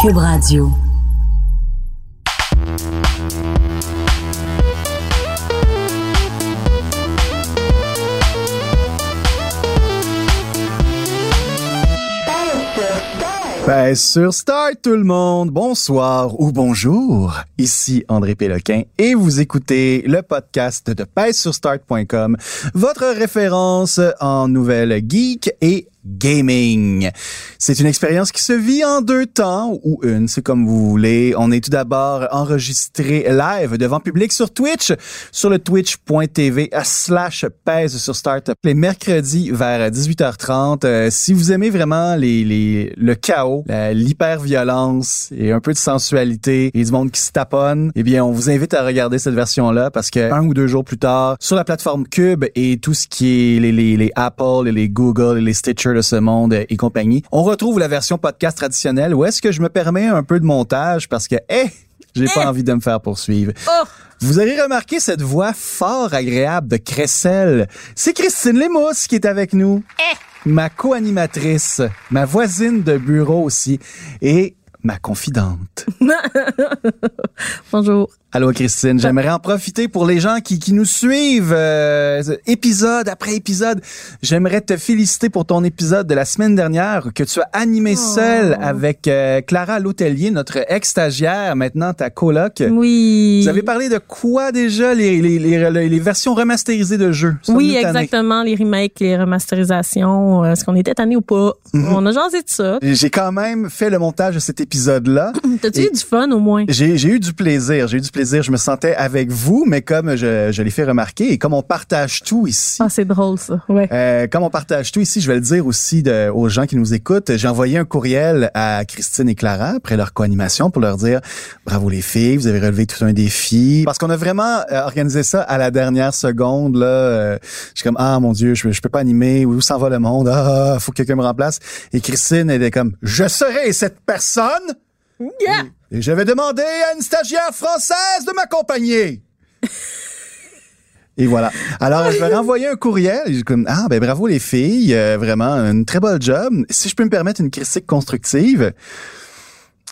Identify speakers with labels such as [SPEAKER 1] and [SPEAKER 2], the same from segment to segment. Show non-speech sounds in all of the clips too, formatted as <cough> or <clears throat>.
[SPEAKER 1] Cube Radio.
[SPEAKER 2] Ben, sur Star, tout le monde, bonsoir ou bonjour. Ici André Péloquin et vous écoutez le podcast de PèseSurStart.com, votre référence en nouvelles geek et gaming. C'est une expérience qui se vit en deux temps ou une, c'est comme vous voulez. On est tout d'abord enregistré live devant public sur Twitch, sur le twitch.tv slash pèse sur start les mercredis vers 18h30. Euh, si vous aimez vraiment les, les le chaos, la- l'hyper-violence et un peu de sensualité et du monde qui se taponne, eh bien, on vous invite à regarder cette version-là parce que un ou deux jours plus tard, sur la plateforme Cube et tout ce qui est les, les, les Apple et les Google et les Stitcher de ce monde et compagnie, on retrouve la version podcast traditionnelle où est-ce que je me permets un peu de montage parce que, hé, j'ai pas envie de me faire poursuivre. Vous avez remarqué cette voix fort agréable de Cressel. C'est Christine Lémousse qui est avec nous. Ma co-animatrice, ma voisine de bureau aussi et ma confidente.
[SPEAKER 3] Bonjour.
[SPEAKER 2] Allô Christine, j'aimerais en profiter pour les gens qui, qui nous suivent euh, épisode après épisode. J'aimerais te féliciter pour ton épisode de la semaine dernière que tu as animé seule avec euh, Clara L'Hôtelier, notre ex-stagiaire, maintenant ta coloc.
[SPEAKER 3] Oui.
[SPEAKER 2] Vous avez parlé de quoi déjà les, les, les, les- les versions remasterisées de jeux?
[SPEAKER 3] Oui,
[SPEAKER 2] Sommes-nous tannés?
[SPEAKER 3] exactement, les remakes, les remasterisations, euh, est-ce qu'on était tanné ou pas?
[SPEAKER 2] Mhm.
[SPEAKER 3] On a jasé de ça.
[SPEAKER 2] J'ai quand même fait le montage de cet
[SPEAKER 3] <clears throat>
[SPEAKER 2] épisode-là.
[SPEAKER 3] T'as-tu
[SPEAKER 2] Et-
[SPEAKER 3] eu du fun au moins?
[SPEAKER 2] J'ai j'ai eu du plaisir, j'ai eu du plaisir. Je me sentais avec vous, mais comme je, je l'ai fait remarquer et comme on partage tout ici,
[SPEAKER 3] Ah, c'est drôle ça, ouais.
[SPEAKER 2] Euh, comme on partage tout ici, je vais le dire aussi de- aux gens qui nous écoutent. J'ai envoyé un courriel à Christine et Clara après leur co-animation pour leur dire bravo les filles, vous avez relevé tout un défi. Parce qu'on a vraiment euh, organisé ça à la dernière seconde. Là, Euh, je suis comme ah mon dieu, je, je peux pas animer. Où s'en va le monde Ah, faut que quelqu'un me remplace. Et Christine elle était comme je serai cette personne.
[SPEAKER 3] Yeah!
[SPEAKER 2] Et j'avais demandé à une stagiaire française de
[SPEAKER 3] <laughs>
[SPEAKER 2] m'accompagner. Et voilà. Alors, je vais renvoyer un courriel. Et je suis comme, ah, ben bravo les filles. euh, vraiment, une très bonne job. Si je peux me permettre une critique constructive,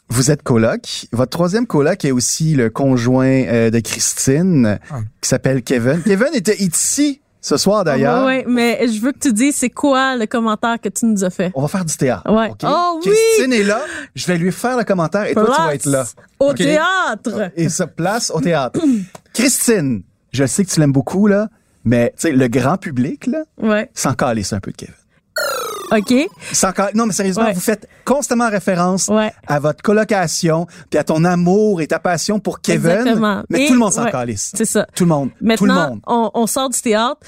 [SPEAKER 2] vous êtes coloc. Votre troisième coloc est aussi le conjoint euh, de Christine, qui s'appelle Kevin. Kevin était ici ce soir d'ailleurs.
[SPEAKER 3] Ouais, ouais, mais je veux que tu dises c'est quoi le commentaire que tu nous as fait.
[SPEAKER 2] On va faire du théâtre.
[SPEAKER 3] Ouais.
[SPEAKER 2] ok?
[SPEAKER 3] Oh oui!
[SPEAKER 2] Christine est là. Je vais lui faire le commentaire et toi, tu vas
[SPEAKER 3] Place
[SPEAKER 2] être là.
[SPEAKER 3] Au
[SPEAKER 2] Ok? Ah,
[SPEAKER 3] théâtre!
[SPEAKER 2] Et se place au
[SPEAKER 3] <coughs>
[SPEAKER 2] théâtre. Christine, je sais que tu l'aimes beaucoup, là, mais tu sais, le grand public, là,
[SPEAKER 3] Ouais.
[SPEAKER 2] s'en calisse un peu de Kevin.
[SPEAKER 3] OK?
[SPEAKER 2] S'en cal- Non, mais sérieusement,
[SPEAKER 3] Ouais.
[SPEAKER 2] vous faites constamment référence
[SPEAKER 3] Ouais.
[SPEAKER 2] à votre colocation, puis à ton amour et ta passion pour Kevin.
[SPEAKER 3] Exactement.
[SPEAKER 2] Mais
[SPEAKER 3] Et-
[SPEAKER 2] tout le monde s'en
[SPEAKER 3] ouais,
[SPEAKER 2] calisse.
[SPEAKER 3] C'est ça.
[SPEAKER 2] Tout le monde. tout le
[SPEAKER 3] Maintenant,
[SPEAKER 2] monde.
[SPEAKER 3] on, on sort du théâtre.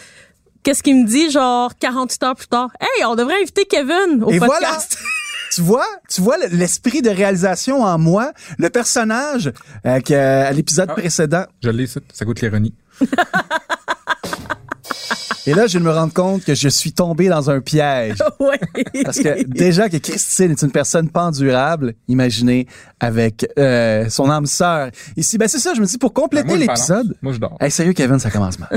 [SPEAKER 3] Qu'est-ce qu'il me dit, genre, 48 heures plus tard? Hey, on devrait inviter Kevin au
[SPEAKER 2] Et voilà!
[SPEAKER 3] podcast. <laughs>
[SPEAKER 2] <laughs> Tu vois, tu vois le- l'esprit de réalisation en moi, le personnage euh, que, euh, à l'épisode
[SPEAKER 3] Ah.
[SPEAKER 2] précédent.
[SPEAKER 4] Je l'ai, ça. Ça goûte l'ironie.
[SPEAKER 2] Et là, je viens de me rendre compte que je suis tombé dans un piège.
[SPEAKER 3] ouais.
[SPEAKER 2] Parce que déjà que Christine est une personne pendurable, imaginez avec euh, son âme sœur. Ici, ben c'est ça, je me dis pour
[SPEAKER 4] Ben,
[SPEAKER 2] compléter
[SPEAKER 4] moi, je
[SPEAKER 2] l'épisode.
[SPEAKER 4] balance. Moi, je dors.
[SPEAKER 2] Hey, sérieux, Kevin, ça commence mal.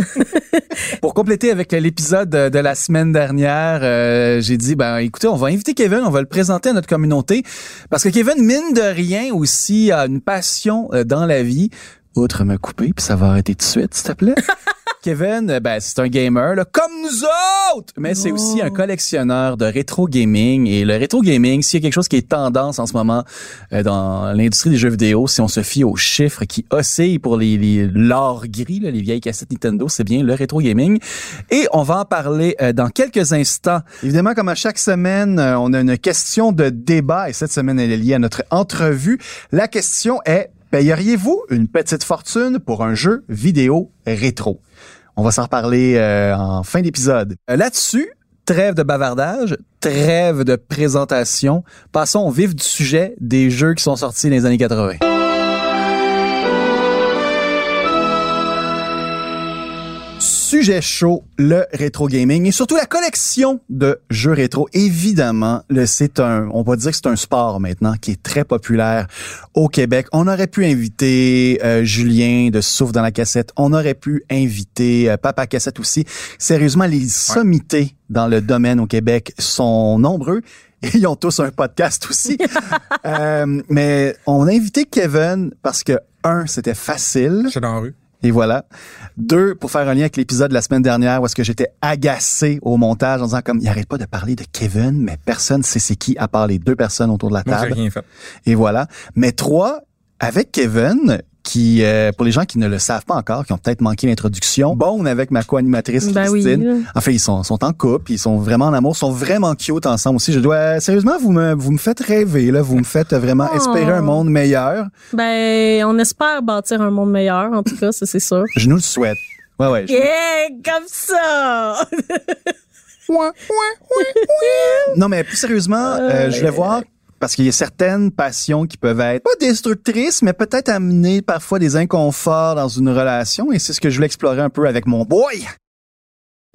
[SPEAKER 2] pour compléter avec l'épisode de, de la semaine dernière, euh, j'ai dit, ben écoutez, on va inviter Kevin, on va le présenter à notre communauté. Parce que Kevin, mine de rien aussi, a une passion euh, dans la vie. Outre me couper, puis ça va arrêter tout de suite, s'il te plaît. Kevin, euh, ben, c'est un gamer, là, comme nous autres! Mais c'est aussi un collectionneur de rétro gaming. Et le rétro gaming, s'il y a quelque chose qui est tendance en ce moment euh, dans l'industrie des jeux vidéo, si on se fie aux chiffres qui oscillent pour les, les l'or gris, là, les vieilles cassettes Nintendo, c'est bien le rétro gaming. Et on va en parler euh, dans quelques instants. Évidemment, comme à chaque semaine, euh, on a une question de débat. Et cette semaine, elle est liée à notre entrevue. La question est, payeriez-vous une petite fortune pour un jeu vidéo rétro? On va s'en reparler euh, en fin d'épisode. Euh, Là-dessus, Trêve de bavardage, trêve de présentation. Passons au vif du sujet des jeux qui sont sortis dans les années 80. Sujet chaud, le rétro gaming et surtout la collection de jeux rétro. Évidemment, le- c'est un, on va dire que c'est un sport maintenant qui est très populaire au Québec. On aurait pu inviter euh, Julien de Souffle dans la cassette. On aurait pu inviter euh, Papa Cassette aussi. Sérieusement, les sommités dans le domaine au Québec sont nombreux. <laughs> Et ils ont tous un podcast aussi. Euh, mais on a invité Kevin parce que, un, c'était facile.
[SPEAKER 4] Je suis dans la rue.
[SPEAKER 2] Et voilà. Deux, pour faire un lien avec l'épisode de la semaine dernière où est-ce que j'étais agacé au montage en disant comme, il arrête pas de parler de Kevin, mais personne sait c'est qui à part les deux personnes autour de la
[SPEAKER 4] Moi, j'ai
[SPEAKER 2] table.
[SPEAKER 4] rien fait.
[SPEAKER 2] Et voilà. Mais trois, avec Kevin, qui, euh, pour les gens qui ne le savent pas encore, qui ont peut-être manqué l'introduction, bon avec ma co-animatrice
[SPEAKER 3] Ben oui,
[SPEAKER 2] Christine.
[SPEAKER 3] là.
[SPEAKER 2] Enfin, ils sont, sont en couple, ils sont vraiment en amour, ils sont vraiment cute ensemble aussi. Je dois, sérieusement, vous me, vous me faites rêver, là. Vous me faites vraiment
[SPEAKER 3] Oh.
[SPEAKER 2] espérer un monde meilleur.
[SPEAKER 3] Ben, on espère bâtir un monde meilleur, en tout cas, ça c'est sûr.
[SPEAKER 2] Je nous le souhaite. Ouais, ouais. je-
[SPEAKER 3] Yeah, comme ça!
[SPEAKER 2] Ouais, ouais, ouais, ouais. non, mais plus sérieusement, euh, je vais voir. Parce qu'il y a certaines passions qui peuvent être pas destructrices, mais peut-être amener parfois des inconforts dans une relation. Et c'est ce que je voulais explorer un peu avec mon boy,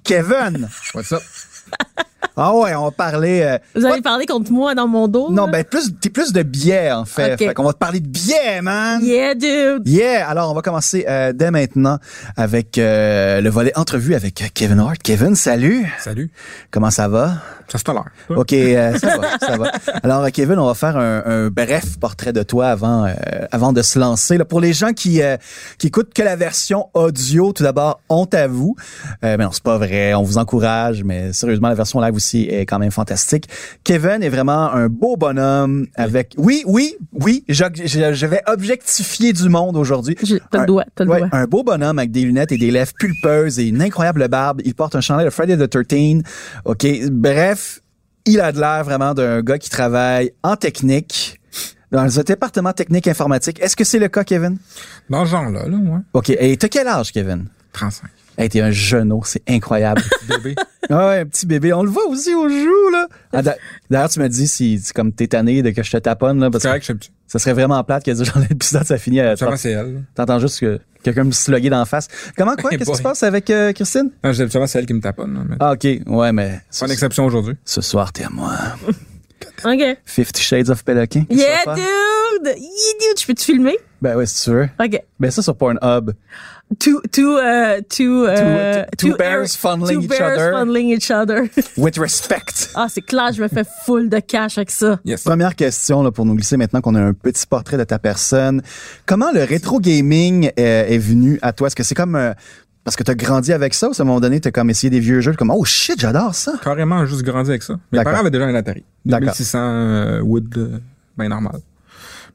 [SPEAKER 2] Kevin.
[SPEAKER 3] <laughs>
[SPEAKER 4] What's up?
[SPEAKER 2] Ah ouais, on parlait. euh,
[SPEAKER 3] Vous
[SPEAKER 2] pas-
[SPEAKER 3] avez parlé contre moi dans mon dos?
[SPEAKER 2] non,
[SPEAKER 3] là?
[SPEAKER 2] ben plus, t'es plus de bière en fait.
[SPEAKER 3] Ok.
[SPEAKER 2] Fait qu'on va te parler de bière, man.
[SPEAKER 3] Yeah, dude!
[SPEAKER 2] Yeah! Alors, on va commencer euh, dès maintenant avec euh, le volet entrevue avec Kevin Hart. Kevin, salut!
[SPEAKER 4] Salut.
[SPEAKER 2] Comment ça va?
[SPEAKER 4] Ça se tolère. Toi?
[SPEAKER 2] OK, euh, ça va, ça va. Alors, euh, Kevin, on va faire un, un bref portrait de toi avant, euh, avant de se lancer. Là, pour les gens qui, euh, qui écoutent que la version audio, tout d'abord, honte à vous. Euh, mais non, c'est pas vrai, on vous encourage, mais sérieusement, la version live aussi est quand même fantastique. Kevin est vraiment un beau bonhomme avec... Oui, oui, oui, je, je- je vais objectifier du monde aujourd'hui.
[SPEAKER 3] Je- T'as
[SPEAKER 2] Un-
[SPEAKER 3] le doigt, t'as le
[SPEAKER 2] Ouais,
[SPEAKER 3] doigt.
[SPEAKER 2] un beau bonhomme avec des lunettes et des lèvres pulpeuses et une incroyable barbe. Il porte un chandail de Friday the 13. OK. Bref, il a de l'air vraiment d'un gars qui travaille en technique, dans le département technique informatique. Est-ce que c'est le cas, Kevin?
[SPEAKER 4] Dans ce genre-là, là, ouais.
[SPEAKER 2] OK. Et t'as quel âge, Kevin?
[SPEAKER 4] 35.
[SPEAKER 2] Hey, t'es un jeuneau, c'est
[SPEAKER 3] <laughs>
[SPEAKER 2] incroyable.
[SPEAKER 4] Bébé.
[SPEAKER 2] ah ouais, un petit bébé. On le voit aussi au joue, là. Ah, d'a- D'ailleurs, tu me dis si, si comme t'es tanné de que je te taponne, là, parce
[SPEAKER 4] <laughs> C'est
[SPEAKER 2] que
[SPEAKER 4] correct, je suis petit.
[SPEAKER 2] ça serait vraiment plate que ce genre d'épisode, ça finit à
[SPEAKER 4] Justement, c'est elle.
[SPEAKER 2] T'entends juste que quelqu'un me sloguer d'en face. Comment quoi?
[SPEAKER 4] <laughs> Hey
[SPEAKER 2] Qu'est-ce qui se
[SPEAKER 4] boy.
[SPEAKER 2] passe avec euh, Christine?
[SPEAKER 4] Non, je dis, justement, c'est elle qui me taponne. là, mais-
[SPEAKER 2] Ah, OK. Ouais, mais ce,
[SPEAKER 4] Pas une exception aujourd'hui.
[SPEAKER 2] ce soir, t'es à moi.
[SPEAKER 3] OK.
[SPEAKER 2] Fifty Shades of Péloquin. qu'est-ce que tu
[SPEAKER 3] Yeah,
[SPEAKER 2] vas faire?
[SPEAKER 3] dude! Yeah, dude! Je peux te filmer?
[SPEAKER 2] Ben oui, si tu veux.
[SPEAKER 3] OK.
[SPEAKER 2] Ben ça sur Pornhub.
[SPEAKER 3] Two, two, uh, two, uh,
[SPEAKER 2] two- two bears fondling
[SPEAKER 3] two
[SPEAKER 2] each
[SPEAKER 3] bears
[SPEAKER 2] other.
[SPEAKER 3] fondling each other. <laughs>
[SPEAKER 2] With respect.
[SPEAKER 3] Ah, c'est clair, je me fais full de cash avec ça.
[SPEAKER 4] Yes.
[SPEAKER 2] Première question là, pour nous glisser maintenant qu'on a un petit portrait de ta personne. Comment le rétro gaming euh, est venu à toi? Est-ce que c'est comme... euh, parce que t'as grandi avec ça ou à un moment donné, t'as comme essayé des vieux jeux comme « Oh shit, j'adore ça!
[SPEAKER 4] Carrément, juste grandi avec ça. Mes
[SPEAKER 2] D'accord.
[SPEAKER 4] parents avaient déjà un Atari.
[SPEAKER 2] D'accord.
[SPEAKER 4] 2600 euh, Wood, euh, ben normal.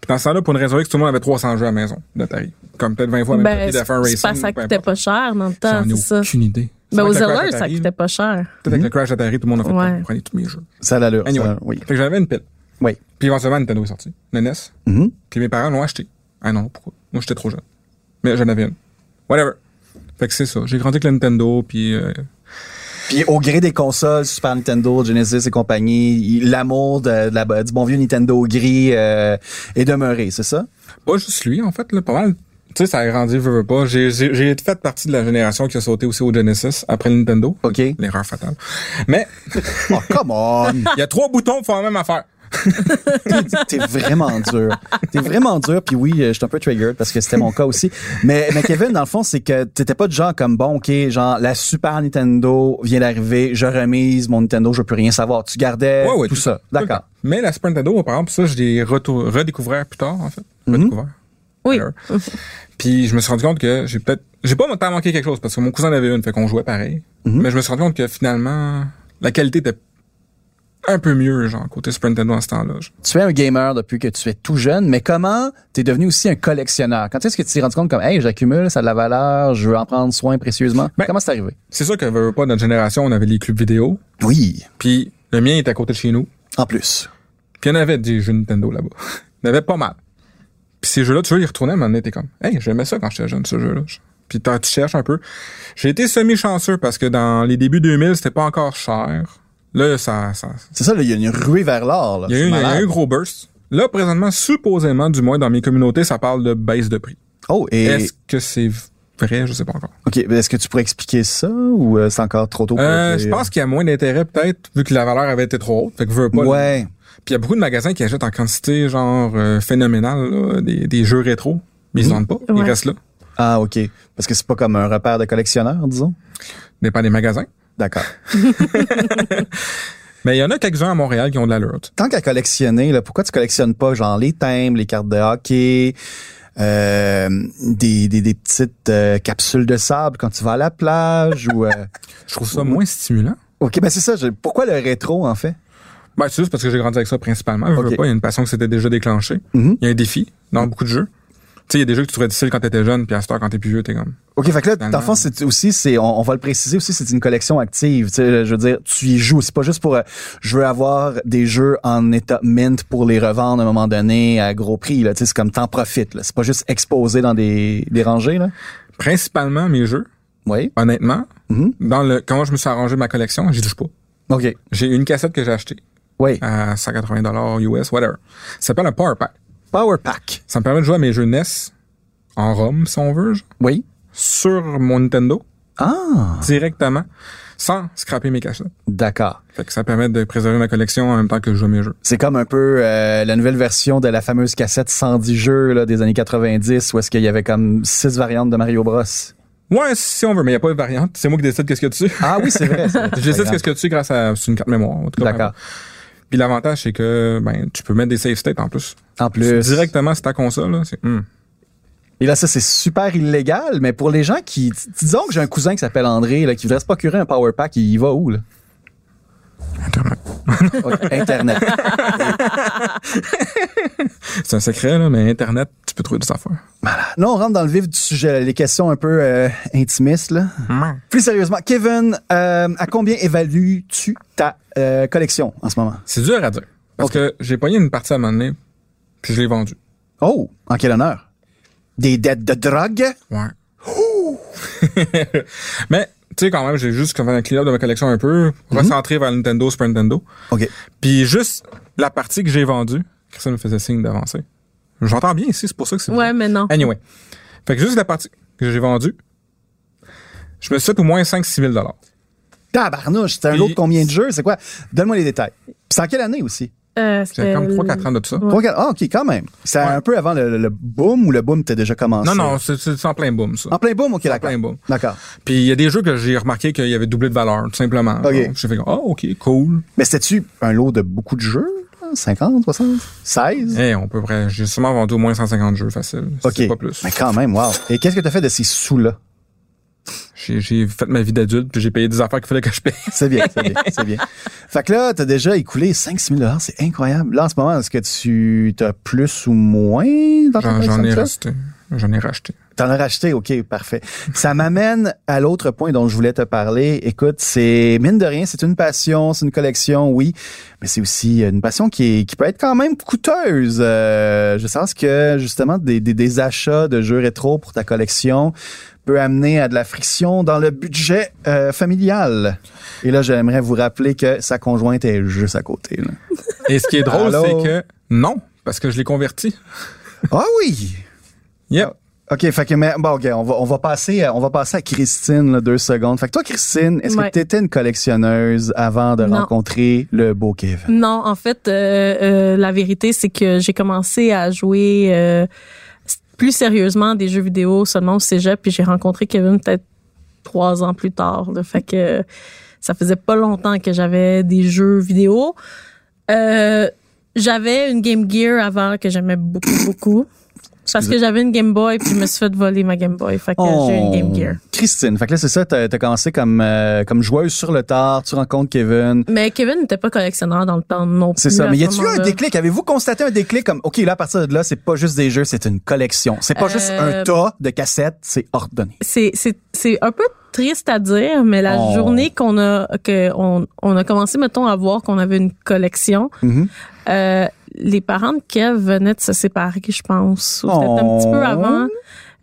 [SPEAKER 4] Puis dans ce temps-là, pour une raison X, tout le monde avait 300 jeux à la maison d'Atari. Comme peut-être 20 fois la même
[SPEAKER 3] Ben,
[SPEAKER 4] copie
[SPEAKER 3] c'est
[SPEAKER 4] d'F1 Racing.
[SPEAKER 3] pas ça
[SPEAKER 4] peu
[SPEAKER 3] coûtait
[SPEAKER 4] importe.
[SPEAKER 3] pas cher dans le temps,
[SPEAKER 4] J'en ai
[SPEAKER 3] c'est ça.
[SPEAKER 4] aucune idée.
[SPEAKER 3] Ben,
[SPEAKER 4] C'est
[SPEAKER 3] aux
[SPEAKER 4] vrai que le crash
[SPEAKER 3] heures, ça
[SPEAKER 4] Atari,
[SPEAKER 3] coûtait pas cher.
[SPEAKER 4] Peut-être
[SPEAKER 2] Hmm.
[SPEAKER 4] avec le crash Atari, tout le monde a fait
[SPEAKER 3] Ouais.
[SPEAKER 4] comme, prenez tous mes jeux. »
[SPEAKER 2] Ça a l'allure. ça a
[SPEAKER 4] Anyway.
[SPEAKER 2] l'allure, oui.
[SPEAKER 4] Fait que j'avais une pile.
[SPEAKER 2] Oui.
[SPEAKER 4] Puis éventuellement, Nintendo est sorti. Le NES.
[SPEAKER 2] Mhm.
[SPEAKER 4] E Puis mes parents l'ont acheté. Ah non, pourquoi? Moi, j'étais trop jeune. Mais j'en avais une. Whatever. Fait que c'est ça. J'ai grandi avec le Nintendo, puis euh,
[SPEAKER 2] Puis au gré des consoles, Super Nintendo, Genesis et compagnie, il- l'amour de- de la- du bon vieux Nintendo gris euh, est demeuré, c'est ça?
[SPEAKER 4] pas juste lui, en fait, là, pas mal. Tu sais, ça a grandi, veux, veux pas. J'ai, j'ai, j'ai fait partie de la génération qui a sauté aussi au Genesis après le Nintendo.
[SPEAKER 2] OK.
[SPEAKER 4] L'erreur fatale. Mais
[SPEAKER 2] Oh, come on!
[SPEAKER 4] il y a trois <laughs> boutons pour faire la même affaire.
[SPEAKER 2] T'es vraiment dur. T'es vraiment dur. Puis oui, euh, je suis un peu triggered parce que c'était mon cas aussi. Mais, mais Kevin, dans le fond, c'est que t'étais pas du genre comme bon, ok, genre la Super Nintendo vient d'arriver, je remise mon Nintendo, je veux plus rien savoir. Tu gardais
[SPEAKER 4] Ouais, ouais,
[SPEAKER 2] Euh, tout,
[SPEAKER 4] tout
[SPEAKER 2] ça. D'accord.
[SPEAKER 4] Mais la Super Nintendo, par exemple, ça, je l'ai retou- redécouvert plus tard, en fait.
[SPEAKER 2] Mm-hmm.
[SPEAKER 4] Redécouvert.
[SPEAKER 3] Oui.
[SPEAKER 4] Whatever. Puis je me suis rendu compte que j'ai peut-être. J'ai pas tant manqué quelque chose parce que mon cousin en avait une, fait qu'on jouait pareil. Mais je me suis rendu compte que finalement, la qualité était un peu mieux, genre, côté Super Nintendo à ce temps-là. genre.
[SPEAKER 2] Tu es un gamer depuis que tu es tout jeune, mais comment t'es devenu aussi un collectionneur? Quand est-ce que tu t'es rendu compte comme, hey, j'accumule, ça a de la valeur, je veux en prendre soin précieusement?
[SPEAKER 4] Ben-
[SPEAKER 2] comment c'est arrivé?
[SPEAKER 4] C'est sûr que veux, veux pas notre génération, on avait les clubs vidéo.
[SPEAKER 2] Oui,
[SPEAKER 4] Puis le mien était à côté de chez nous.
[SPEAKER 2] en plus.
[SPEAKER 4] Puis il y en avait des jeux Nintendo là-bas. <laughs> Il y en avait pas mal. Puis ces jeux-là, tu veux, ils retournaient à un moment donné, t'es comme, hey, j'aimais ça quand j'étais jeune, ce jeu-là. Puis t'en- tu cherches un peu. J'ai été semi-chanceux parce que dans les débuts 2000, c'était pas encore cher. Là, ça, ça,
[SPEAKER 2] C'est ça, là, il y a une ruée vers l'or. là.
[SPEAKER 4] il y a
[SPEAKER 2] C'est
[SPEAKER 4] eu il y a
[SPEAKER 2] malade.
[SPEAKER 4] eu un gros burst. Là, présentement, supposément, du moins dans mes communautés, ça parle de baisse de prix.
[SPEAKER 2] Oh, et
[SPEAKER 4] Est-ce que c'est vrai? Je sais pas encore.
[SPEAKER 2] ok, ben, est-ce que tu pourrais expliquer ça ou euh, c'est encore trop tôt pour
[SPEAKER 4] Euh,
[SPEAKER 2] le
[SPEAKER 4] je
[SPEAKER 2] dire?
[SPEAKER 4] pense qu'il y a moins d'intérêt peut-être vu que la valeur avait été trop haute. Fait que veut pas. là.
[SPEAKER 2] Ouais.
[SPEAKER 4] Puis il y a beaucoup de magasins qui achètent en quantité genre euh, phénoménale là, des, des jeux rétro, mais
[SPEAKER 2] Mhm.
[SPEAKER 4] ils en vendent pas, ils
[SPEAKER 3] Ouais.
[SPEAKER 4] restent là.
[SPEAKER 2] Ah, ok. Parce que c'est pas comme un repère de collectionneur, disons.
[SPEAKER 4] Dépend des magasins.
[SPEAKER 2] D'accord.
[SPEAKER 4] Mais il y en a quelques-uns à Montréal qui ont de la l'allure. tu sais.
[SPEAKER 2] Tant qu'à collectionner, là, pourquoi tu collectionnes pas genre les timbres, les cartes de hockey, euh, des, des, des petites euh, capsules de sable quand tu vas à la plage ou... euh,
[SPEAKER 4] <laughs> Je trouve ça moins stimulant.
[SPEAKER 2] Ok, ben c'est ça. je- Pourquoi le rétro, en fait?
[SPEAKER 4] Ben, c'est juste parce que j'ai grandi avec ça principalement. Je veux
[SPEAKER 2] Ok.
[SPEAKER 4] pas, il y a une passion qui s'était déjà déclenchée.
[SPEAKER 2] Mhm.
[SPEAKER 4] Il y a un défi dans beaucoup de jeux. Tu sais, il y a des jeux que tu trouvais difficiles quand t'étais jeune, puis à cette heure, quand t'es plus vieux, t'es comme.
[SPEAKER 2] OK, fait que là, dans
[SPEAKER 4] Finalement.
[SPEAKER 2] le fond, c'est aussi, c'est, on, on va le préciser aussi, c'est une collection active. Tu sais, je veux dire, tu y joues. C'est pas juste pour, euh, je veux avoir des jeux en état mint pour les revendre à un moment donné à gros prix. Là, tu sais, c'est comme t'en profites. Là. C'est pas juste exposé dans des, des rangées. Là.
[SPEAKER 4] Principalement mes jeux,
[SPEAKER 2] Oui.
[SPEAKER 4] honnêtement.
[SPEAKER 2] Mhm.
[SPEAKER 4] Dans le, comment je me suis arrangé ma collection, j'y touche pas.
[SPEAKER 2] OK.
[SPEAKER 4] J'ai une cassette que j'ai achetée
[SPEAKER 2] Oui.
[SPEAKER 4] à 180 US, whatever. Ça s'appelle un Power Pack.
[SPEAKER 2] Power Pack.
[SPEAKER 4] Ça me permet de jouer à mes jeux NES en ROM, si on veut, genre,
[SPEAKER 2] Oui.
[SPEAKER 4] sur mon Nintendo,
[SPEAKER 2] Ah,
[SPEAKER 4] directement, sans scraper mes cassettes.
[SPEAKER 2] d'accord.
[SPEAKER 4] Fait que ça permet de préserver ma collection en même temps que je joue à mes jeux.
[SPEAKER 2] C'est comme un peu euh, la nouvelle version de la fameuse cassette 110 jeux là, des années 90 où est-ce qu'il y avait comme six variantes de Mario Bros.
[SPEAKER 4] Ouais, si on veut, mais il n'y a pas de variante. C'est moi qui décide qu'est-ce que tu
[SPEAKER 2] Ah oui, c'est vrai. c'est <laughs> vrai.
[SPEAKER 4] Je décide qu'est-ce que tu grâce à c'est une carte mémoire. en tout cas.
[SPEAKER 2] D'accord.
[SPEAKER 4] Puis l'avantage, c'est que ben tu peux mettre des save states en plus.
[SPEAKER 2] En plus.
[SPEAKER 4] Directement sur ta console. Là, c'est- hmm.
[SPEAKER 2] Et là, ça, c'est super illégal, mais pour les gens qui. Disons que j'ai un cousin qui s'appelle André, là, qui voudrait se procurer un Power Pack, il y va où, là?
[SPEAKER 4] Internet.
[SPEAKER 2] Ok, <laughs> Internet.
[SPEAKER 4] C'est un secret, là, mais Internet, tu peux trouver des affaires.
[SPEAKER 2] là, on rentre dans le vif du sujet, là, les questions un peu euh, intimistes, là. Plus sérieusement, Kevin, euh, à combien évalues-tu ta euh, collection en ce moment?
[SPEAKER 4] C'est dur à dire. Parce
[SPEAKER 2] Ok.
[SPEAKER 4] que j'ai pogné une partie à un moment donné, puis je l'ai vendue.
[SPEAKER 2] Oh, en quel honneur? Des dettes de drogue?
[SPEAKER 4] Ouais. <laughs> mais, tu sais, quand même, j'ai juste comme un clean-up de ma collection un peu, recentré vers Nintendo, Super Nintendo.
[SPEAKER 2] OK.
[SPEAKER 4] Puis juste la partie que j'ai vendue, Christine me faisait signe d'avancer. J'entends bien ici, c'est pour ça que
[SPEAKER 3] <laughs>
[SPEAKER 4] c'est.
[SPEAKER 3] Ouais, mais non.
[SPEAKER 4] Anyway. Fait que juste la partie que j'ai vendue, je me suis fait au moins 5-6 000
[SPEAKER 2] Tabarnouche, c'est un
[SPEAKER 4] Puis-
[SPEAKER 2] autre combien de jeux? C'est quoi? Donne-moi les détails. Puis c'est en quelle année aussi?
[SPEAKER 3] Euh,
[SPEAKER 4] J'ai
[SPEAKER 3] c'était
[SPEAKER 4] comme
[SPEAKER 3] le-
[SPEAKER 4] 3-4 ans de tout ça.
[SPEAKER 2] Trois, quatre- Ah, OK, quand même. C'est un peu avant le, le- le boom ou le boom était déjà commencé?
[SPEAKER 4] Non, non, c'est- c'est en plein boom, ça.
[SPEAKER 2] En plein boom, OK, d'accord.
[SPEAKER 4] plein boom.
[SPEAKER 2] D'accord.
[SPEAKER 4] Puis il y a des jeux que j'ai remarqué qu'il y avait doublé de valeur, tout simplement.
[SPEAKER 2] Ok.
[SPEAKER 4] Donc, J'ai fait comme, oh, OK, cool.
[SPEAKER 2] Mais c'était-tu un lot de beaucoup de jeux? là? 50, 60, 16?
[SPEAKER 4] Eh, on peut près. J'ai sûrement vendu au moins 150 jeux facile.
[SPEAKER 2] OK.
[SPEAKER 4] C'est Pas plus.
[SPEAKER 2] Mais quand même, wow. Et qu'est-ce que tu as fait de ces sous-là?
[SPEAKER 4] J'ai, j'ai fait ma vie d'adulte, puis j'ai payé des affaires qu'il fallait que je paye.
[SPEAKER 2] C'est bien, c'est bien, c'est bien. Fait que là, tu as déjà écoulé 5-6 000 c'est incroyable. Là, en ce moment, est-ce que tu as plus ou moins dans ton
[SPEAKER 4] J'en, j'en ai
[SPEAKER 2] racheté.
[SPEAKER 4] racheté. J'en ai racheté.
[SPEAKER 2] T'en as racheté, OK, parfait. Ça m'amène à l'autre point dont je voulais te parler. Écoute, c'est mine de rien, c'est une passion, c'est une collection, oui, mais c'est aussi une passion qui, est- qui peut être quand même coûteuse. Euh, je sens que justement des, des, des achats de jeux rétro pour ta collection peut amener à de la friction dans le budget euh, familial. Et là, j'aimerais vous rappeler que sa conjointe est juste à côté. là.
[SPEAKER 4] Et ce qui est drôle,
[SPEAKER 2] Allô?
[SPEAKER 4] c'est que non, parce que je l'ai converti.
[SPEAKER 2] Ah oui,
[SPEAKER 4] Yep.
[SPEAKER 2] Ah. OK, fait que, mais, bon, OK, on va, on va passer, à- on va passer à Christine, là, deux secondes. Fait que toi, Christine, est-ce
[SPEAKER 3] Ouais.
[SPEAKER 2] que tu étais une collectionneuse avant de
[SPEAKER 3] Non.
[SPEAKER 2] rencontrer le beau Kevin?
[SPEAKER 3] Non, en fait, euh, euh, la vérité, c'est que j'ai commencé à jouer euh, s- plus sérieusement à des jeux vidéo seulement au cégep, puis j'ai rencontré Kevin peut-être trois ans plus tard. Là, fait que ça faisait pas longtemps que j'avais des jeux vidéo. Euh, j'avais une Game Gear avant que
[SPEAKER 2] <coughs>
[SPEAKER 3] j'aimais beaucoup, beaucoup. Parce que j'avais une Game Boy, puis je me suis fait voler ma Game Boy. Fait que j'ai une Game Gear.
[SPEAKER 2] Oh. Christine, fait que là, c'est ça, t'as, t'as commencé comme, euh, comme joueuse sur le tard, tu rencontres Kevin.
[SPEAKER 3] Mais Kevin n'était pas collectionneur dans le temps non plus.
[SPEAKER 2] C'est ça.
[SPEAKER 3] à
[SPEAKER 2] Mais y
[SPEAKER 3] ce
[SPEAKER 2] a-tu eu un
[SPEAKER 3] moment-là.
[SPEAKER 2] déclic? Avez-vous constaté un déclic comme, OK, là, à partir de là, c'est pas juste des jeux, c'est une collection. C'est pas juste
[SPEAKER 3] Euh,
[SPEAKER 2] un tas de cassettes, c'est ordonné.
[SPEAKER 3] c'est c'est c'est un peu triste à dire mais la
[SPEAKER 2] Oh.
[SPEAKER 3] journée qu'on a que on, on a commencé mettons à voir qu'on avait une collection
[SPEAKER 2] Mhm.
[SPEAKER 3] euh, les parents de Kev venaient de se séparer je pense ou peut-être un
[SPEAKER 2] Oh.
[SPEAKER 3] petit peu avant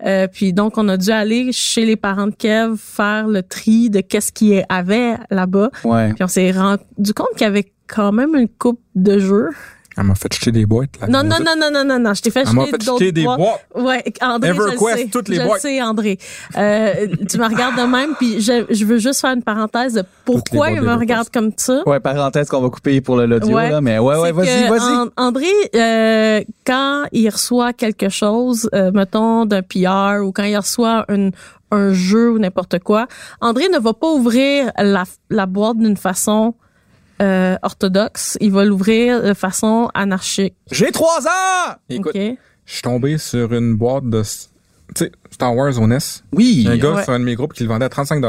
[SPEAKER 3] Euh, puis donc, on a dû aller chez les parents de Kev faire le tri de qu'est-ce qu'il y avait là-bas.
[SPEAKER 2] Ouais.
[SPEAKER 3] Puis on s'est rendu compte qu'il y avait quand même une coupe de jeux.
[SPEAKER 4] Elle m'a fait jeter des boîtes. Là,
[SPEAKER 3] Non, non, non, non, non, non, non. Je t'ai fait
[SPEAKER 4] Elle m'a
[SPEAKER 3] jeter
[SPEAKER 4] fait
[SPEAKER 3] d'autres
[SPEAKER 4] jeter des
[SPEAKER 3] boîtes.
[SPEAKER 4] boîtes.
[SPEAKER 3] Ouais, André, je le
[SPEAKER 4] EverQuest,
[SPEAKER 3] sais.
[SPEAKER 4] toutes les
[SPEAKER 3] je le
[SPEAKER 4] boîtes.
[SPEAKER 3] sais, André. Euh, tu me regardes de même, puis je, je veux juste faire une parenthèse de pourquoi
[SPEAKER 4] boîtes
[SPEAKER 3] il me
[SPEAKER 4] d'EverQuest.
[SPEAKER 3] regarde comme ça.
[SPEAKER 2] Ouais, parenthèse qu'on va couper pour le l'audio,
[SPEAKER 3] Ouais.
[SPEAKER 2] là, mais ouais, ouais,
[SPEAKER 3] C'est
[SPEAKER 2] vas-y,
[SPEAKER 3] que
[SPEAKER 2] vas-y.
[SPEAKER 3] An- André, euh, quand il reçoit quelque chose, euh, mettons d'un PR ou quand il reçoit une- un jeu ou n'importe quoi, André ne va pas ouvrir la, la boîte d'une façon euh, orthodoxe. Il va l'ouvrir de façon anarchique.
[SPEAKER 2] J'ai trois ans!
[SPEAKER 4] Écoute,
[SPEAKER 3] OK?
[SPEAKER 4] je suis tombé sur une boîte de... s- Tu sais, Star Wars au NES.
[SPEAKER 2] Oui.
[SPEAKER 4] Il y a un gars
[SPEAKER 3] Ouais.
[SPEAKER 4] sur un de mes groupes qui le vendait à 35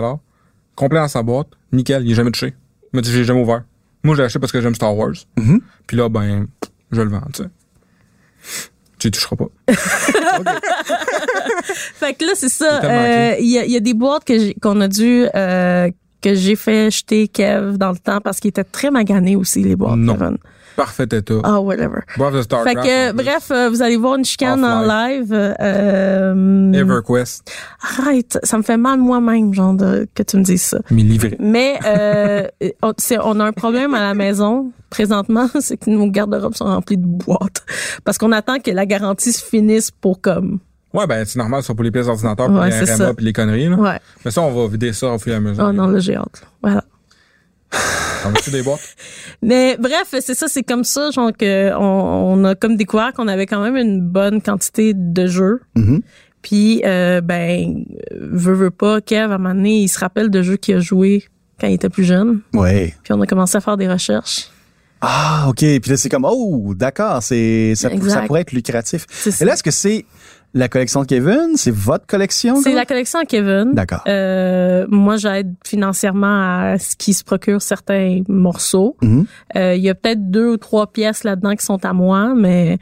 [SPEAKER 4] complet dans sa boîte, nickel, il est jamais touché. Il m'a dit, j'ai jamais ouvert. Moi, je l'ai acheté parce que j'aime Star Wars.
[SPEAKER 3] Mm-hmm.
[SPEAKER 4] Puis là, ben, je le vends, tu sais. Tu y toucheras pas.
[SPEAKER 3] Fait que là, c'est ça.
[SPEAKER 4] Il t'a
[SPEAKER 3] euh,
[SPEAKER 4] manqué.
[SPEAKER 3] Il y, a, il y a des boîtes que j'ai- qu'on a dû... euh, que j'ai fait jeter Kev dans le temps parce qu'il était très magané aussi, les boîtes.
[SPEAKER 4] Non.
[SPEAKER 3] Kevin.
[SPEAKER 4] Parfait état.
[SPEAKER 3] Ah, whatever.
[SPEAKER 4] Bref, de Starcraft.
[SPEAKER 3] Fait que,
[SPEAKER 4] en plus.
[SPEAKER 3] bref, euh, vous allez voir une chicane en
[SPEAKER 4] Half-Life.
[SPEAKER 3] live. euh, euh,
[SPEAKER 4] EverQuest,
[SPEAKER 3] arrête, ça me fait mal moi-même, genre, de- que tu me dises ça.
[SPEAKER 4] mais livré.
[SPEAKER 3] Mais euh, <laughs> on, c'est- on a un problème à la maison présentement, <laughs> c'est que nos garde-robes sont remplis de boîtes. Parce qu'on attend que la garantie se finisse pour comme...
[SPEAKER 4] Ouais, ben, c'est normal, ça pour les pièces d'ordinateur,
[SPEAKER 3] Ouais,
[SPEAKER 4] puis
[SPEAKER 3] c'est
[SPEAKER 4] les
[SPEAKER 3] ça.
[SPEAKER 4] RMA, puis les conneries, là.
[SPEAKER 3] Ouais.
[SPEAKER 4] Mais ça, on va vider ça au fur et à mesure.
[SPEAKER 3] Oh non, là, j'ai hâte. là. Voilà.
[SPEAKER 4] T'en veux-tu des boîtes?
[SPEAKER 3] Mais bref, c'est ça, c'est comme ça, genre que on, on a comme découvert qu'on avait quand même une bonne quantité de jeux.
[SPEAKER 2] Mhm.
[SPEAKER 3] Puis euh, ben euh, veut veut pas, Kev à un moment donné, il se rappelle de jeux qu'il a joué quand il était plus jeune.
[SPEAKER 2] Ouais.
[SPEAKER 3] Puis on a commencé à faire des recherches.
[SPEAKER 2] Ah, OK. Puis là, c'est comme, oh, d'accord, c'est, ça,
[SPEAKER 3] Exact.
[SPEAKER 2] ça pourrait être lucratif.
[SPEAKER 3] C'est
[SPEAKER 2] Et
[SPEAKER 3] ça.
[SPEAKER 2] là, est-ce que c'est la collection de Kevin? C'est votre collection?
[SPEAKER 3] C'est
[SPEAKER 2] là?
[SPEAKER 3] la collection à Kevin.
[SPEAKER 2] D'accord.
[SPEAKER 3] Euh, moi, j'aide financièrement à ce qui se procure certains morceaux. Euh, Il
[SPEAKER 2] Mhm.
[SPEAKER 3] y a peut-être deux ou trois pièces là-dedans qui sont à moi, mais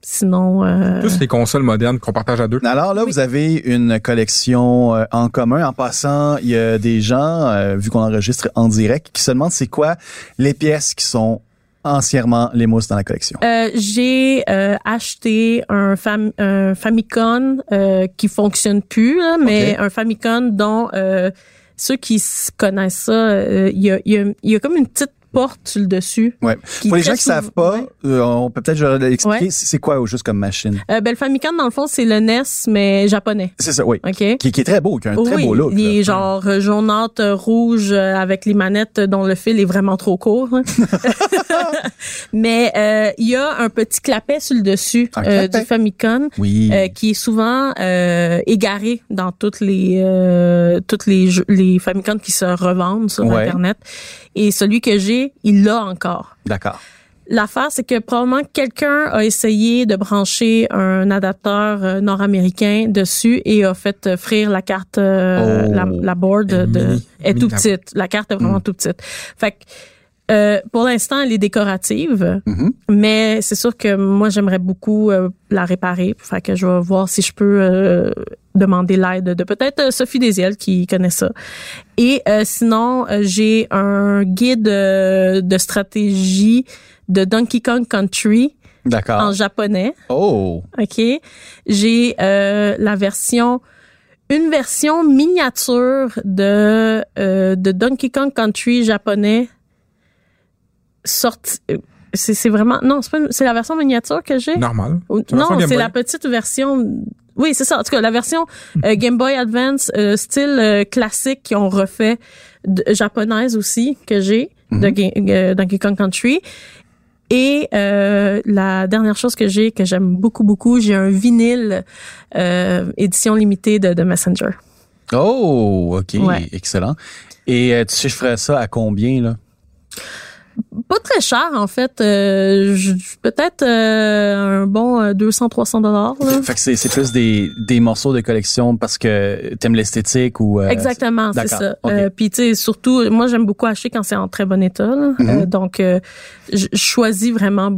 [SPEAKER 3] sinon. euh,
[SPEAKER 4] Tous les consoles modernes qu'on partage à deux.
[SPEAKER 2] Alors là, vous avez une collection euh, en commun. En passant, il y a des gens, euh, vu qu'on enregistre en direct, qui se demandent c'est quoi les pièces qui sont entièrement les mousses dans la collection.
[SPEAKER 3] Euh, j'ai euh, acheté un, fam- un Famicom euh, qui fonctionne plus, là, mais un Famicom dont euh, ceux qui s- connaissent ça, euh, il y, a, il y a- il y a comme une petite porte sur le dessus.
[SPEAKER 2] Ouais.
[SPEAKER 3] Euh, Qui
[SPEAKER 2] Pour les
[SPEAKER 3] très
[SPEAKER 2] gens qui
[SPEAKER 3] souvent-
[SPEAKER 2] savent pas,
[SPEAKER 3] ouais.
[SPEAKER 2] euh, on peut peut-être je vais l'expliquer.
[SPEAKER 3] Ouais.
[SPEAKER 2] C'est c'est quoi au juste comme machine
[SPEAKER 3] Euh, ben, le Famicom, dans le fond, c'est le NES, mais japonais.
[SPEAKER 2] C'est ça, oui.
[SPEAKER 3] OK?
[SPEAKER 2] Qui, qui est très beau, qui a un très
[SPEAKER 3] oui,
[SPEAKER 2] beau look.
[SPEAKER 3] il est
[SPEAKER 2] là.
[SPEAKER 3] genre euh, jaunâtre, euh, rouge, euh, avec les manettes euh, dont le fil est vraiment trop court.
[SPEAKER 2] <laughs>
[SPEAKER 3] hein. <laughs> Mais euh, il y a un petit clapet sur le dessus
[SPEAKER 2] Un
[SPEAKER 3] euh,
[SPEAKER 2] clapet.
[SPEAKER 3] du Famicom.
[SPEAKER 2] Oui.
[SPEAKER 3] euh, qui est souvent euh, égaré dans toutes les euh, toutes les jeux- les Famicom qui se revendent sur
[SPEAKER 2] Ouais.
[SPEAKER 3] internet et celui que j'ai il l'a encore.
[SPEAKER 2] D'accord.
[SPEAKER 3] L'affaire c'est que probablement quelqu'un a essayé de brancher un adapteur euh, nord-américain dessus et a fait euh, frire la carte euh,
[SPEAKER 2] Oh.
[SPEAKER 3] la, la board
[SPEAKER 4] Elle est
[SPEAKER 3] de-
[SPEAKER 4] mini,
[SPEAKER 3] est
[SPEAKER 4] mini
[SPEAKER 3] tout
[SPEAKER 4] la- Mm.
[SPEAKER 3] petite, la carte est vraiment tout petite. Fait que euh, pour l'instant, elle est décorative,
[SPEAKER 4] Mm-hmm.
[SPEAKER 2] Mhm.
[SPEAKER 3] mais c'est sûr que moi, j'aimerais beaucoup euh, la réparer. Fait que je vais voir si je peux euh, demander l'aide de peut-être euh, Sophie Désiel qui connaît ça. Et euh, sinon, euh, j'ai un guide euh, de stratégie de Donkey Kong Country en
[SPEAKER 4] Ah.
[SPEAKER 2] D'accord.
[SPEAKER 3] japonais.
[SPEAKER 2] Oh.
[SPEAKER 3] OK. J'ai euh, la version une version miniature de euh, de Donkey Kong Country japonais sorti euh, c'est c'est vraiment non, c'est pas une- c'est la version miniature que j'ai.
[SPEAKER 4] Normal.
[SPEAKER 3] Ou-
[SPEAKER 4] la version
[SPEAKER 3] non,
[SPEAKER 4] Game
[SPEAKER 3] c'est
[SPEAKER 4] Boy.
[SPEAKER 3] la petite version oui, c'est ça. En tout cas, la version euh, Game Boy Advance euh, style euh, classique qu'ils ont refait de- japonaise aussi que j'ai
[SPEAKER 4] Mhm.
[SPEAKER 3] de Ga- euh, Donkey Kong Country. Et euh, la dernière chose que j'ai, que j'aime beaucoup, beaucoup, j'ai un vinyle euh, édition limitée de, de Messenger.
[SPEAKER 2] Oh, OK.
[SPEAKER 3] Ouais.
[SPEAKER 2] Excellent. Et euh, tu chiffrerais ça à combien, là?
[SPEAKER 3] Pas très cher, en fait. Euh, je- Peut-être euh, un bon 200-300 dollars. là.
[SPEAKER 2] Fait que c'est c'est plus des, des morceaux de collection parce que t'aimes l'esthétique ou... euh,
[SPEAKER 3] Exactement, c'est
[SPEAKER 2] d'accord,
[SPEAKER 3] ça.
[SPEAKER 2] ok.
[SPEAKER 3] Euh, Puis tu sais, surtout, moi j'aime beaucoup acheter quand c'est en très bon état. là.
[SPEAKER 2] Mhm.
[SPEAKER 3] Euh, donc, euh, je je choisis vraiment,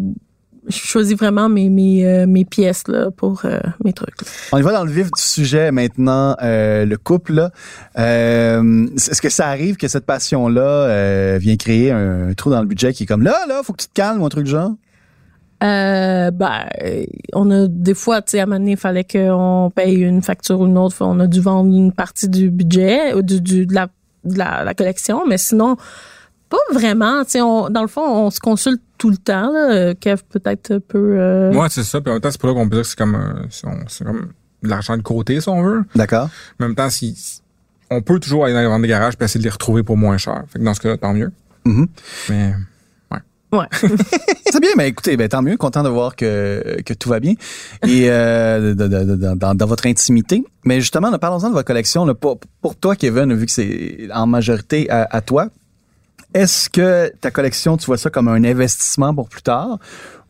[SPEAKER 3] je choisis vraiment mes mes, euh, mes pièces là pour euh, mes trucs.
[SPEAKER 2] On y va dans le vif du sujet maintenant, euh, le couple. là. Euh, Est-ce que ça arrive que cette passion-là euh, vient créer un trou dans le budget qui est comme là, là, faut que tu te calmes ou un truc du genre?
[SPEAKER 3] Euh, ben, on a des fois, tu sais, à un moment donné, il fallait qu'on paye une facture ou une autre. On a dû vendre une partie du budget, euh, du, du- de, la, de la- la collection, mais sinon, pas vraiment. Tu sais, on- dans le fond, on se consulte tout le temps. Là. Euh, Kev peut-être peut. euh,
[SPEAKER 4] Moi, c'est ça. Puis en même temps, c'est pour là qu'on peut dire que c'est comme, euh, c'est on- c'est comme de l'argent de côté, si on veut.
[SPEAKER 2] D'accord.
[SPEAKER 4] En même temps, si, si- on peut toujours aller dans les ventes des garages et essayer de les retrouver pour moins cher. Fait que dans ce cas-là, tant mieux.
[SPEAKER 2] Mhm.
[SPEAKER 4] Mais
[SPEAKER 3] Ouais.
[SPEAKER 2] C'est bien, mais écoutez, ben, tant mieux, content de voir que, que tout va bien et euh, de- de- de- dans- dans, dans votre intimité. Mais justement, là, parlons-en de votre collection. là, pour, pour toi, Kevin, vu que c'est en majorité à, à toi, est-ce que ta collection, tu vois ça comme un investissement pour plus tard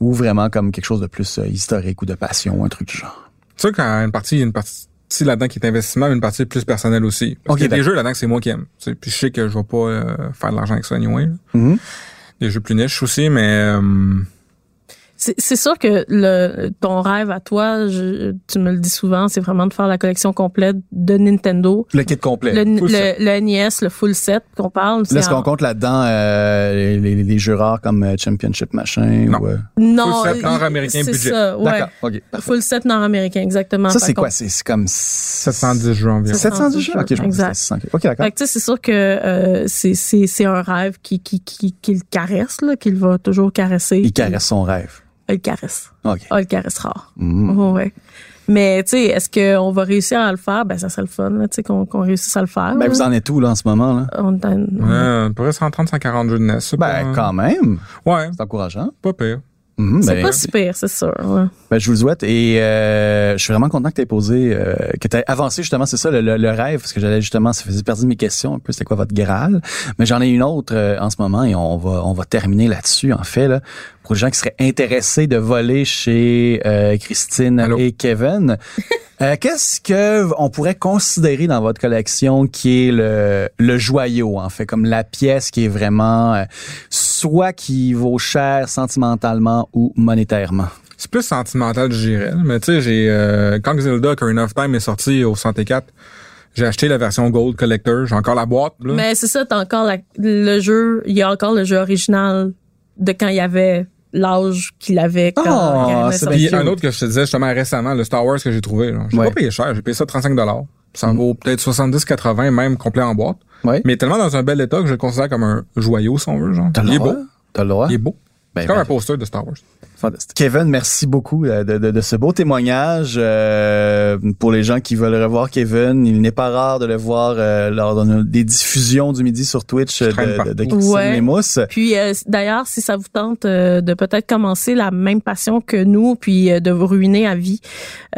[SPEAKER 2] ou vraiment comme quelque chose de plus euh, historique ou de passion ou un truc du genre?
[SPEAKER 4] tu sais, quand une partie, il y a une partie là-dedans qui est investissement, mais une partie plus personnelle aussi. Parce
[SPEAKER 2] Ok,
[SPEAKER 4] qu'il y a des
[SPEAKER 2] d'accord.
[SPEAKER 4] jeux là-dedans que c'est moi qui aime. tu sais. Puis je sais que je vais pas euh, faire de l'argent avec ça anyway. là.
[SPEAKER 2] Mhm.
[SPEAKER 4] Des jeux plus niches aussi, mais euh,
[SPEAKER 3] C'est c'est sûr que le, ton rêve à toi, je- tu me le dis souvent, c'est vraiment de faire la collection complète de Nintendo.
[SPEAKER 2] Le kit complet.
[SPEAKER 3] Le,
[SPEAKER 4] full set.
[SPEAKER 3] le, le NES, le full set qu'on parle. c'est
[SPEAKER 2] Là, est-ce
[SPEAKER 3] en-
[SPEAKER 2] qu'on compte là-dedans euh, les, les- les jeux rares comme euh, Championship machin?
[SPEAKER 4] Non.
[SPEAKER 2] Ou, euh,
[SPEAKER 3] Non,
[SPEAKER 4] Full set nord-américain
[SPEAKER 3] c'est
[SPEAKER 4] budget.
[SPEAKER 3] ça, ouais.
[SPEAKER 2] D'accord, OK. parfait.
[SPEAKER 3] Full set nord-américain, exactement.
[SPEAKER 2] Ça,
[SPEAKER 3] Fait
[SPEAKER 2] c'est
[SPEAKER 3] qu'on-
[SPEAKER 2] quoi? C'est c'est comme... 710
[SPEAKER 4] 710 jeux environ.
[SPEAKER 2] 700
[SPEAKER 3] 710
[SPEAKER 2] jeux? Ok, je pense que
[SPEAKER 3] Exact.
[SPEAKER 2] c'était 600. Ok, d'accord.
[SPEAKER 3] Fait que, tu sais, c'est sûr que euh, c'est- c'est c'est un rêve qui, qui, qui, qui le caresse, là, qu'il va toujours caresser.
[SPEAKER 2] Il caresse son rêve.
[SPEAKER 3] Il le caresse.
[SPEAKER 2] OK.
[SPEAKER 3] Ah, il le caressera.
[SPEAKER 2] Mhm.
[SPEAKER 3] Ouais, ouais. Mais, tu sais, est-ce qu'on va réussir à le faire? Ben, ça serait le fun, là, tu sais, qu'on qu'on réussisse à le faire.
[SPEAKER 2] Ben,
[SPEAKER 3] là.
[SPEAKER 2] vous en êtes où, là, en ce moment, là?
[SPEAKER 3] On est en-
[SPEAKER 4] Ouais, on pourrait 130, 140 jeux de NES. c'est
[SPEAKER 2] Ben,
[SPEAKER 4] pas-
[SPEAKER 2] quand même.
[SPEAKER 4] Ouais,
[SPEAKER 2] C'est encourageant.
[SPEAKER 4] pas pire.
[SPEAKER 2] Mhm,
[SPEAKER 3] C'est
[SPEAKER 2] ben,
[SPEAKER 3] pas si pire, c'est sûr. ouais.
[SPEAKER 2] ben, je vous le souhaite. Et euh, je suis vraiment content que tu aies posé, euh, que tu aies avancé, justement, c'est ça, le, le- le rêve, parce que j'allais justement, ça faisait partie de mes questions, un peu, c'était quoi votre Graal. Mais j'en ai une autre euh, en ce moment et on va, on va terminer là-dessus, en fait, là, pour les gens qui seraient intéressés de voler chez euh, Christine
[SPEAKER 4] Allô?
[SPEAKER 2] et Kevin. Euh, Qu'est-ce que v- on pourrait considérer dans votre collection qui est le, le joyau, en fait, comme la pièce qui est vraiment euh, soit qui vaut cher sentimentalement ou monétairement?
[SPEAKER 4] C'est plus sentimental, je dirais. Mais tu sais, j'ai euh, quand Zelda Ocarina of Time est sorti au 64, j'ai acheté la version Gold Collector. J'ai encore la boîte. Là.
[SPEAKER 3] Mais c'est ça, t'as encore la- le jeu, il y a encore le jeu original de quand il y avait l'âge qu'il avait quand
[SPEAKER 2] Oh,
[SPEAKER 3] il avait
[SPEAKER 2] c'est
[SPEAKER 3] sorti.
[SPEAKER 4] Puis
[SPEAKER 2] Thank you.
[SPEAKER 4] un autre que je te disais justement récemment, le Star Wars que j'ai trouvé. là. J'ai
[SPEAKER 2] Ouais.
[SPEAKER 4] pas payé cher, j'ai payé ça 35 Ça en vaut peut-être 70, 80, même complet en boîte.
[SPEAKER 2] Oui.
[SPEAKER 4] Mais tellement dans un bel état que je le considère comme un joyau, si on veut. Genre.
[SPEAKER 2] T'as le
[SPEAKER 4] Il est
[SPEAKER 2] droit.
[SPEAKER 4] beau.
[SPEAKER 2] T'as le droit.
[SPEAKER 4] Il est beau.
[SPEAKER 2] Ben,
[SPEAKER 4] C'est comme
[SPEAKER 2] ben,
[SPEAKER 4] un poster de Star Wars.
[SPEAKER 2] fantastique. Kevin, merci beaucoup euh, de, de- de ce beau témoignage. Euh, pour les gens qui veulent revoir Kevin, il n'est pas rare de le voir euh, lors de nos- des diffusions du midi sur Twitch euh,
[SPEAKER 4] traîne
[SPEAKER 2] de, de, de
[SPEAKER 4] partout.
[SPEAKER 2] Christine
[SPEAKER 3] Ouais.
[SPEAKER 2] Lemus.
[SPEAKER 3] Puis euh, d'ailleurs, si ça vous tente euh, de peut-être commencer la même passion que nous, puis euh, de vous ruiner à vie,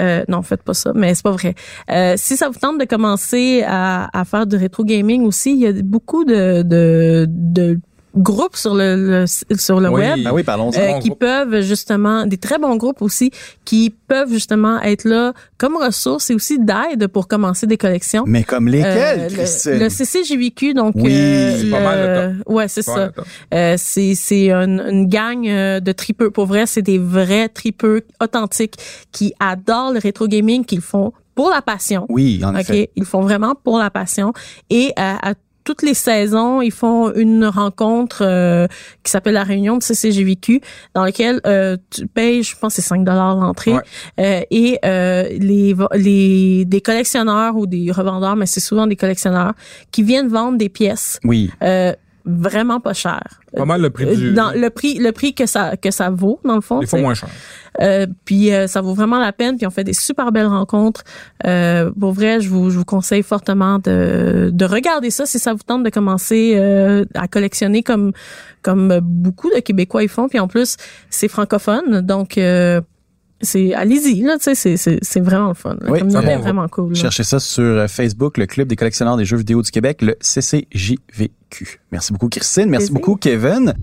[SPEAKER 3] euh, non, faites pas ça, mais c'est pas vrai. Euh, si ça vous tente de commencer à, à faire du rétro gaming aussi, il y a beaucoup de, de, de groupes sur le, le- sur le
[SPEAKER 4] Oui.
[SPEAKER 3] web.
[SPEAKER 2] Ah oui, parlons-en.
[SPEAKER 4] Euh,
[SPEAKER 3] euh,
[SPEAKER 4] bons
[SPEAKER 3] qui
[SPEAKER 4] groupes.
[SPEAKER 3] peuvent justement, des très bons groupes aussi, qui peuvent justement être là comme ressources et aussi d'aide pour commencer des collections.
[SPEAKER 2] Mais comme lesquels,
[SPEAKER 3] Euh,
[SPEAKER 2] Christine?
[SPEAKER 3] le, le CCJVQ, donc
[SPEAKER 2] Oui,
[SPEAKER 3] euh,
[SPEAKER 4] c'est pas
[SPEAKER 3] le-
[SPEAKER 4] mal
[SPEAKER 3] ouais, c'est
[SPEAKER 4] Ouais,
[SPEAKER 3] ça.
[SPEAKER 4] attends.
[SPEAKER 3] Euh, c'est c'est une, une gang euh, de tripeux. Pour vrai, c'est des vrais tripeux authentiques qui adorent le rétro gaming, qu'ils font pour la passion.
[SPEAKER 2] Oui, en
[SPEAKER 3] OK,
[SPEAKER 2] effet.
[SPEAKER 3] ils le font vraiment pour la passion et euh, à, à toutes les saisons, ils font une rencontre euh, qui s'appelle la réunion de CCJVQ, dans laquelle euh, tu payes, je pense, que c'est 5 dollars l'entrée,
[SPEAKER 4] Ouais.
[SPEAKER 3] Euh, et euh, les, vo- les des collectionneurs ou des revendeurs, mais c'est souvent des collectionneurs qui viennent vendre des pièces
[SPEAKER 2] Oui.
[SPEAKER 3] euh, vraiment pas chères.
[SPEAKER 4] Pas mal le prix du.
[SPEAKER 3] Euh, Dans le prix, le prix que ça que ça vaut dans le fond.
[SPEAKER 4] Des fois
[SPEAKER 3] tu sais.
[SPEAKER 4] moins cher.
[SPEAKER 3] Euh, puis euh, ça vaut vraiment la peine. Puis on fait des super belles rencontres. Euh, pour vrai, je vous, je vous conseille fortement de, de regarder ça si ça vous tente de commencer euh, à collectionner comme comme beaucoup de Québécois y font. Puis en plus, c'est francophone, donc euh, c'est allez-y là. Tu sais, c'est- c'est c'est vraiment le fun. là.
[SPEAKER 2] Oui,
[SPEAKER 3] comme
[SPEAKER 2] c'est
[SPEAKER 3] idée,
[SPEAKER 4] bon, on va
[SPEAKER 3] vraiment cool. là.
[SPEAKER 2] Cherchez ça sur euh, Facebook, le Club des collectionneurs des jeux vidéo du Québec, le CCJVQ. Merci beaucoup, Christine. Merci
[SPEAKER 3] Plaisir.
[SPEAKER 2] beaucoup, Kevin.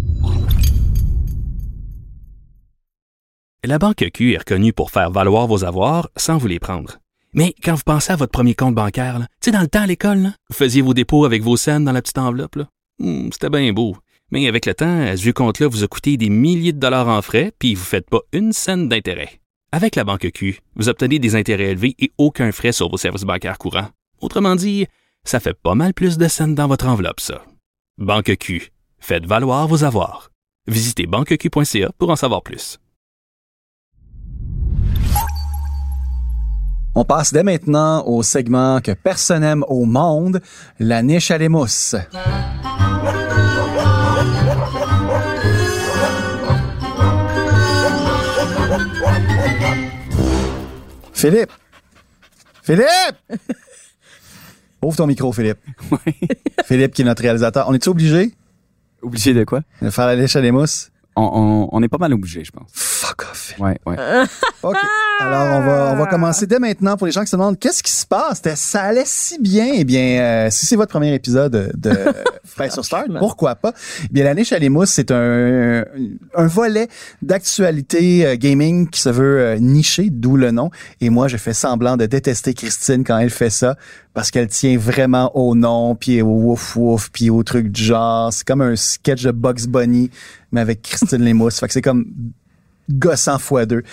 [SPEAKER 5] La Banque Q est reconnue pour faire valoir vos avoirs sans vous les prendre. Mais quand vous pensez à votre premier compte bancaire, là, tu sais, dans le temps à l'école, là, vous faisiez vos dépôts avec vos scènes dans la petite enveloppe. là. Hum, C'était bien beau. Mais avec le temps, à ce compte-là vous a coûté des milliers de dollars en frais, puis vous ne faites pas une scène d'intérêt. Avec la Banque Q, vous obtenez des intérêts élevés et aucun frais sur vos services bancaires courants. Autrement dit, ça fait pas mal plus de scènes dans votre enveloppe, ça. Banque Q. Faites valoir vos avoirs. Visitez banqueq.ca pour en savoir plus.
[SPEAKER 2] On passe dès maintenant au segment que personne n'aime au monde, la niche à l'émousse. Philippe!
[SPEAKER 6] <laughs>
[SPEAKER 2] Philippe! Ouvre ton micro, Philippe. Philippe, qui est notre réalisateur. On est-tu obligé
[SPEAKER 6] Obligé de quoi?
[SPEAKER 2] de faire la niche à l'émousse?
[SPEAKER 6] On, on, on est pas mal obligé, je pense.
[SPEAKER 2] Fuck off!
[SPEAKER 6] Ouais, ouais.
[SPEAKER 2] <laughs> OK. Alors, on va, on va commencer dès maintenant pour les gens qui se demandent qu'est-ce qui se passe? C'était- Ça allait si bien. Eh bien, euh, si c'est votre premier épisode de Frère sur Start, pourquoi pas? Eh bien, la niche à l'émousse, c'est un, un volet d'actualité euh, gaming qui se veut euh, niché, d'où le nom. Et moi, je fais semblant de détester Christine quand elle fait ça parce qu'elle tient vraiment au nom, puis au wouf wouf, puis au truc du genre. C'est comme un sketch de Bugs Bunny, mais avec Christine Lémousse. Fait que c'est comme gossant fois deux.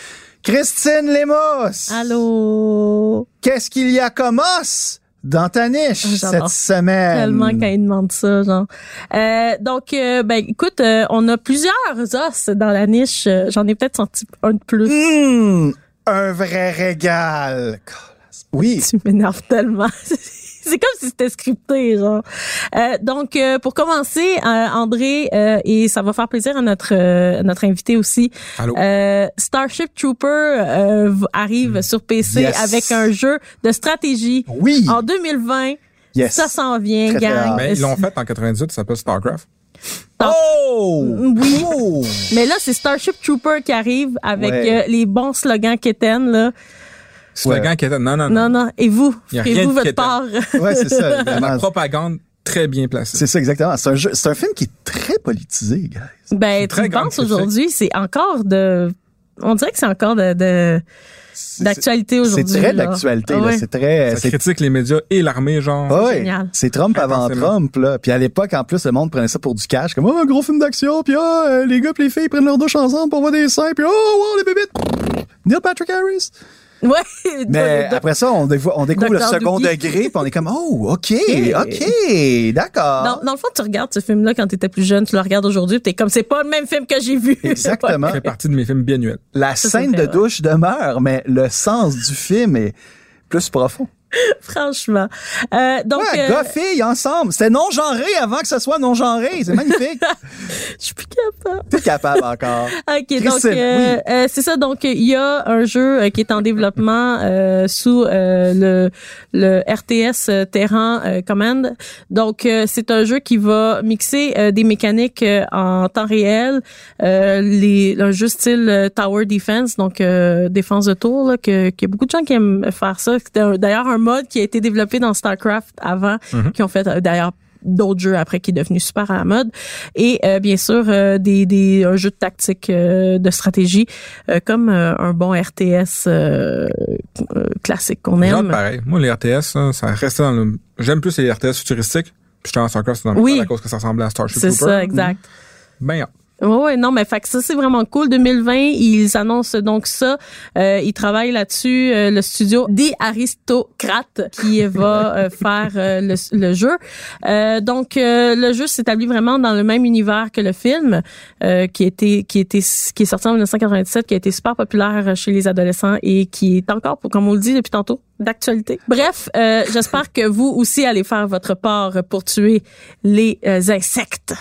[SPEAKER 2] Christine Lémousse!
[SPEAKER 3] Allô?
[SPEAKER 2] Qu'est-ce qu'il y a comme os dans ta niche cette
[SPEAKER 3] Oh, J'adore
[SPEAKER 2] semaine?
[SPEAKER 3] Tellement quand ils demandent ça, genre. Euh, donc, euh, ben, écoute, euh, on a plusieurs os dans la niche. Euh, J'en ai peut-être senti un de plus.
[SPEAKER 2] Hum, un vrai régal. Oui.
[SPEAKER 3] <laughs> Tu m'énerves tellement. <laughs> C'est comme si c'était scripté, genre. Euh, donc, euh, pour commencer, euh, André, euh, et ça va faire plaisir à notre euh, à notre invité aussi,
[SPEAKER 4] Allô?
[SPEAKER 3] euh, Starship Trooper euh, v- arrive sur PC
[SPEAKER 2] Hmm. Yes.
[SPEAKER 3] avec un jeu de stratégie.
[SPEAKER 2] Oui.
[SPEAKER 3] En 2020,
[SPEAKER 2] Yes.
[SPEAKER 3] ça s'en vient,
[SPEAKER 2] Très, très
[SPEAKER 3] gang.
[SPEAKER 2] hâte.
[SPEAKER 4] Mais Ben, ils l'ont fait en 98, ça s'appelle StarCraft.
[SPEAKER 2] Oh!
[SPEAKER 3] Oui.
[SPEAKER 2] Oh!
[SPEAKER 3] Mais là, c'est Starship Trooper qui arrive avec
[SPEAKER 2] Ouais.
[SPEAKER 3] euh, les bons slogans quétaines, là.
[SPEAKER 4] C'est
[SPEAKER 2] Ouais.
[SPEAKER 4] le gang qui était. Non, non, non.
[SPEAKER 3] Non, non. Et vous,
[SPEAKER 4] Y a
[SPEAKER 3] et
[SPEAKER 4] rien
[SPEAKER 3] vous
[SPEAKER 4] de
[SPEAKER 3] votre
[SPEAKER 4] quétaine.
[SPEAKER 3] part. <laughs>
[SPEAKER 2] Ouais, c'est ça,
[SPEAKER 4] La
[SPEAKER 2] évidemment.
[SPEAKER 4] propagande très bien placée.
[SPEAKER 2] C'est ça, exactement. C'est un, jeu- c'est un film qui est très politisé, guys.
[SPEAKER 3] Ben, tu
[SPEAKER 4] très
[SPEAKER 3] y
[SPEAKER 4] grande
[SPEAKER 3] penses
[SPEAKER 4] critique.
[SPEAKER 3] aujourd'hui, c'est encore de. On dirait que c'est encore de, de-
[SPEAKER 2] C'est-
[SPEAKER 3] d'actualité
[SPEAKER 2] C'est
[SPEAKER 3] aujourd'hui.
[SPEAKER 2] très
[SPEAKER 3] là.
[SPEAKER 2] d'actualité,
[SPEAKER 3] Ah
[SPEAKER 2] là.
[SPEAKER 3] ouais.
[SPEAKER 2] C'est très.
[SPEAKER 4] Ça
[SPEAKER 2] c'est-
[SPEAKER 4] critique les médias et l'armée, genre.
[SPEAKER 2] Ah ouais,
[SPEAKER 3] génial.
[SPEAKER 2] c'est Trump avant
[SPEAKER 4] Intensément.
[SPEAKER 2] Trump là. Puis à l'époque en plus le monde prenait ça pour du cash comme oh, un gros film d'action puis ah, euh, les gars puis les filles prennent leur douche ensemble pour voir des seins puis oh wow les bébites. Neil Patrick Harris.
[SPEAKER 3] <laughs> Ouais.
[SPEAKER 2] Mais
[SPEAKER 3] de- de-
[SPEAKER 2] après ça on, dévo- on découvre le
[SPEAKER 3] Dr.
[SPEAKER 2] second
[SPEAKER 3] Dookie.
[SPEAKER 2] degré puis on est comme
[SPEAKER 3] <laughs>
[SPEAKER 2] oh OK, OK,
[SPEAKER 3] dans,
[SPEAKER 2] d'accord.
[SPEAKER 3] dans le fond, tu regardes ce film-là quand t'étais plus jeune, tu le regardes aujourd'hui, puis t'es comme, c'est pas le même film que j'ai vu. <laughs>
[SPEAKER 2] Exactement.
[SPEAKER 4] Ça fait partie de mes films biannuels.
[SPEAKER 2] La
[SPEAKER 3] Ça, ça
[SPEAKER 2] scène
[SPEAKER 3] fait,
[SPEAKER 2] de
[SPEAKER 3] ouais.
[SPEAKER 2] douche demeure mais le sens du film est plus profond.
[SPEAKER 3] Franchement. Euh, donc,
[SPEAKER 2] ouais,
[SPEAKER 3] euh,
[SPEAKER 2] gars filles ensemble, c'était non genré avant que ce soit non genré, c'est
[SPEAKER 3] <laughs>
[SPEAKER 2] magnifique.
[SPEAKER 3] je suis plus capable.
[SPEAKER 2] T'es capable encore.
[SPEAKER 3] <laughs> OK, donc
[SPEAKER 2] Christine,
[SPEAKER 3] euh,
[SPEAKER 2] oui.
[SPEAKER 3] euh, c'est ça. Donc il y a un jeu euh, qui est en développement euh, sous euh, le, le RTS euh, Terran euh, Command. Donc euh, c'est un jeu qui va mixer euh, des mécaniques euh, en temps réel, euh, les, un jeu style euh, Tower Defense, donc euh, défense de tour, là, que, qu'il y a beaucoup de gens qui aiment faire ça. C'était un- d'ailleurs un mode qui a été développé dans StarCraft avant,
[SPEAKER 2] Mhm.
[SPEAKER 3] qui ont fait euh, d'ailleurs d'autres jeux après qui est devenu super à la mode et euh, bien sûr euh, des, des un jeu de tactique euh, de stratégie euh, comme euh, un bon RTS euh, euh, classique qu'on
[SPEAKER 4] Genre,
[SPEAKER 3] aime
[SPEAKER 4] pareil. Moi, les RTS, ça, ça restait dans le. J'aime plus les RTS futuristiques. Puis j'étais en StarCraft c'est dans le
[SPEAKER 3] Oui.
[SPEAKER 4] à cause que ça ressemblait à Starship
[SPEAKER 3] c'est
[SPEAKER 4] Trooper.
[SPEAKER 3] ça exact
[SPEAKER 4] Ben, yeah.
[SPEAKER 3] Ouais, ouais, non, mais fait que ça, c'est vraiment cool. 2020, ils annoncent donc ça. Euh, ils travaillent là-dessus, euh, le studio des aristocrates qui <laughs> va euh, faire euh, le, le jeu. Euh, donc, euh, le jeu s'établit vraiment dans le même univers que le film euh, qui, était, qui, était, qui est sorti en 1997, qui a été super populaire chez les adolescents et qui est encore, pour- comme on le dit depuis tantôt, d'actualité. Bref, euh, j'espère que vous aussi allez faire votre part pour tuer les euh, insectes.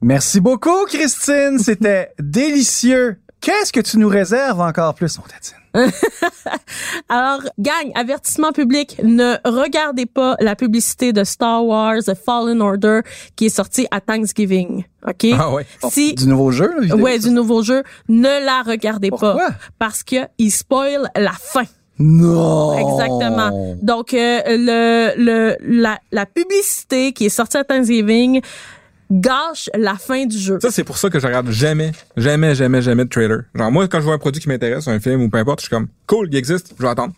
[SPEAKER 2] Merci beaucoup, Christine. C'était <laughs> délicieux. Qu'est-ce que tu nous réserves encore plus, mon tatine?
[SPEAKER 3] Alors, gang, avertissement public, ne regardez pas la publicité de Star Wars The Fallen Order qui est sortie à Thanksgiving. OK?
[SPEAKER 4] Ah ouais.
[SPEAKER 3] Si
[SPEAKER 2] Du nouveau jeu, là, vidéo,
[SPEAKER 3] ouais,
[SPEAKER 2] ça?
[SPEAKER 3] du nouveau jeu, ne la regardez
[SPEAKER 2] Pourquoi?
[SPEAKER 3] pas parce que il spoil la fin.
[SPEAKER 4] Oh.
[SPEAKER 2] Non!
[SPEAKER 3] Exactement. Donc euh, le le la, la publicité qui est sortie à Thanksgiving gâche la fin du jeu.
[SPEAKER 4] Ça, c'est pour ça que je regarde jamais, jamais, jamais, jamais de trailer. Genre, moi, quand je vois un produit qui m'intéresse, un film ou peu importe, je suis comme, cool, il existe, je vais attendre.